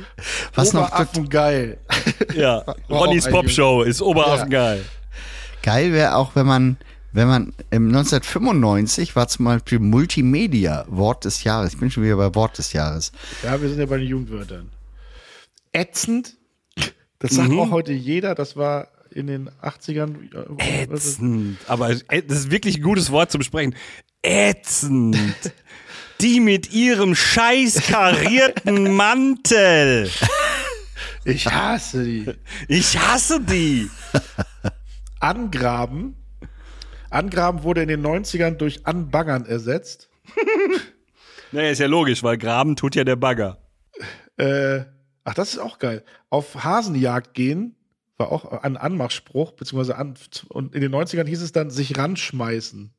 Speaker 2: Was noch
Speaker 4: Oberaffen geil.
Speaker 3: Ja, Oh,
Speaker 4: War auch
Speaker 3: Ronnys
Speaker 4: ein
Speaker 3: Popshow ist Oberaffengeil.
Speaker 2: geil wäre auch, wenn man, wenn man im 1995 war zum Beispiel Multimedia Wort des Jahres. Ich bin schon wieder bei Wort des Jahres.
Speaker 4: Ja, wir sind ja bei den Jugendwörtern. Ätzend, das sagt
Speaker 3: Mhm.
Speaker 4: auch heute jeder, das war in den 80ern. äh,
Speaker 3: Ätzend. Aber ä- das ist wirklich ein gutes Wort zum Sprechen. Ätzend. Die mit ihrem scheiß karierten Mantel.
Speaker 4: Ich hasse die.
Speaker 3: Ich hasse die.
Speaker 4: Angraben. Angraben wurde in den 90ern durch Anbangern ersetzt.
Speaker 3: Naja, ist ja logisch, weil graben tut ja der Bagger.
Speaker 4: Äh, ach, das ist auch geil. Auf Hasenjagd gehen war auch ein Anmachspruch, beziehungsweise an, und in den 90ern hieß es dann sich ranschmeißen.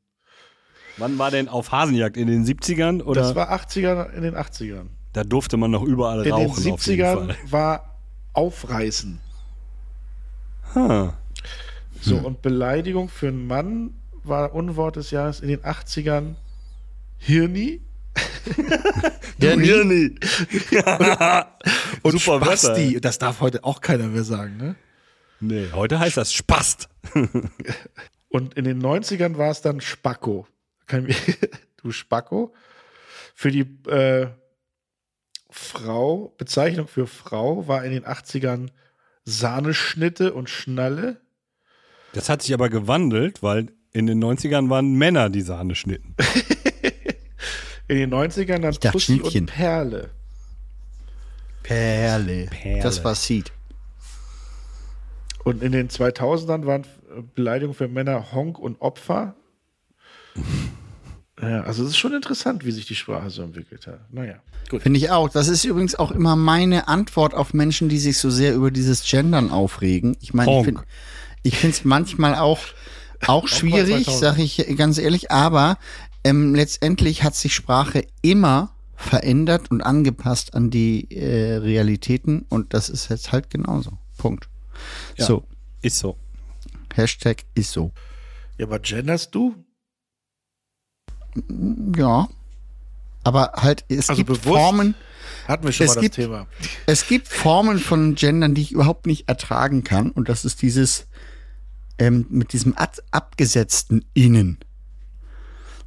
Speaker 3: Wann war denn auf Hasenjagd? In den 70ern? Oder?
Speaker 4: Das war 80er in den 80ern.
Speaker 3: da durfte man noch überall
Speaker 4: In
Speaker 3: rauchen.
Speaker 4: den
Speaker 3: auf jeden
Speaker 4: 70ern
Speaker 3: Fall.
Speaker 4: war aufreißen.
Speaker 3: Huh.
Speaker 4: So, und Beleidigung für einen Mann war Unwort des Jahres in den 80ern Hirni
Speaker 2: Ja,
Speaker 3: Birni.
Speaker 4: und
Speaker 3: Super Wörter.
Speaker 4: Spasti. Das darf heute auch keiner mehr sagen, ne?
Speaker 3: Nee, heute heißt das Spast.
Speaker 4: Und in den 90ern war es dann Spacko. Kann ich mir- Du Spacko. Für die äh, Frau, Bezeichnung für Frau war in den 80ern Sahneschnitte und Schnalle.
Speaker 3: Das hat sich aber gewandelt, weil in den 90ern waren Männer die Sahne schnitten.
Speaker 4: In den 90ern dann
Speaker 2: dachte
Speaker 4: Pussy
Speaker 2: Schnittchen.
Speaker 4: und Perle.
Speaker 2: Perle. Das war Seed.
Speaker 4: Und in den 2000ern waren äh, Beleidigungen für Männer Honk und Opfer. Ja, also es ist schon interessant, wie sich die Sprache so entwickelt hat. Naja.
Speaker 2: Finde ich auch. Das ist übrigens auch immer meine Antwort auf Menschen, die sich so sehr über dieses Gendern aufregen. Ich meine, ich
Speaker 3: Honk.
Speaker 2: finde ich find's manchmal auch, auch schwierig,
Speaker 4: 2000.
Speaker 2: sage ich ganz ehrlich, aber ähm, letztendlich hat sich Sprache immer verändert und angepasst an die äh, Realitäten und das ist jetzt halt genauso. Punkt.
Speaker 3: Ja.
Speaker 2: So,
Speaker 3: Ist so.
Speaker 2: Hashtag ist so.
Speaker 4: Ja, aber genderst du?
Speaker 2: Ja. Aber halt, es
Speaker 4: Also
Speaker 2: gibt
Speaker 4: bewusst?
Speaker 2: Formen,
Speaker 4: Hatten wir schon
Speaker 2: Es
Speaker 4: mal das
Speaker 2: gibt-
Speaker 4: Thema.
Speaker 2: Es gibt Formen von Gendern, die ich überhaupt nicht ertragen kann. Und das ist dieses ähm, mit diesem ad abgesetzten Innen.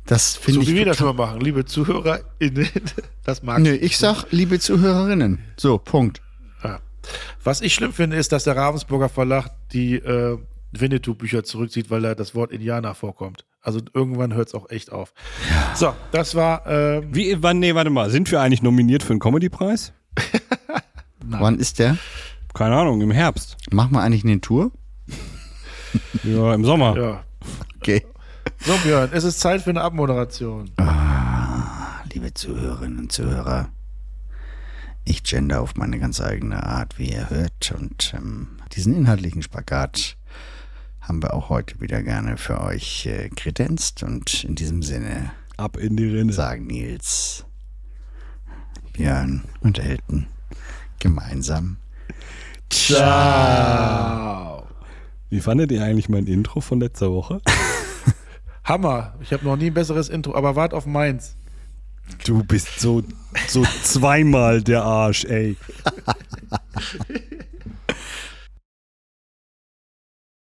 Speaker 2: Das finde
Speaker 4: So
Speaker 2: ich.
Speaker 4: wie wir das
Speaker 2: total-
Speaker 4: immer machen, liebe ZuhörerInnen. Das mag
Speaker 2: Nö, ich sag, liebe Zuhörerinnen. So, Punkt.
Speaker 4: Was ich schlimm finde, ist, dass der Ravensburger Verlag die äh, Winnetou-Bücher zurückzieht, weil da das Wort Indianer vorkommt. Also irgendwann hört es auch echt auf. So, das war. Ähm,
Speaker 3: Wie, wann, nee, warte mal. Sind wir eigentlich nominiert für einen Comedy-Preis?
Speaker 2: Wann ist der?
Speaker 3: Keine Ahnung, im Herbst.
Speaker 2: Machen wir eigentlich eine Tour?
Speaker 3: Ja, im Sommer.
Speaker 4: ja.
Speaker 2: Okay.
Speaker 4: So, Björn, es ist Zeit für eine Abmoderation.
Speaker 2: Liebe Zuhörerinnen und Zuhörer, ich gender auf meine ganz eigene Art, wie ihr hört. Und ähm, diesen inhaltlichen Spagat haben wir auch heute wieder gerne für euch äh, kredenzt. Und in diesem Sinne.
Speaker 3: Ab in die Rinne.
Speaker 2: sagen Nils, Björn und Elton gemeinsam.
Speaker 3: Wie fandet ihr eigentlich mein Intro von letzter Woche?
Speaker 4: Hammer. Ich habe noch nie ein besseres Intro, aber wart auf meins.
Speaker 3: Du bist so, so zweimal der Arsch, ey.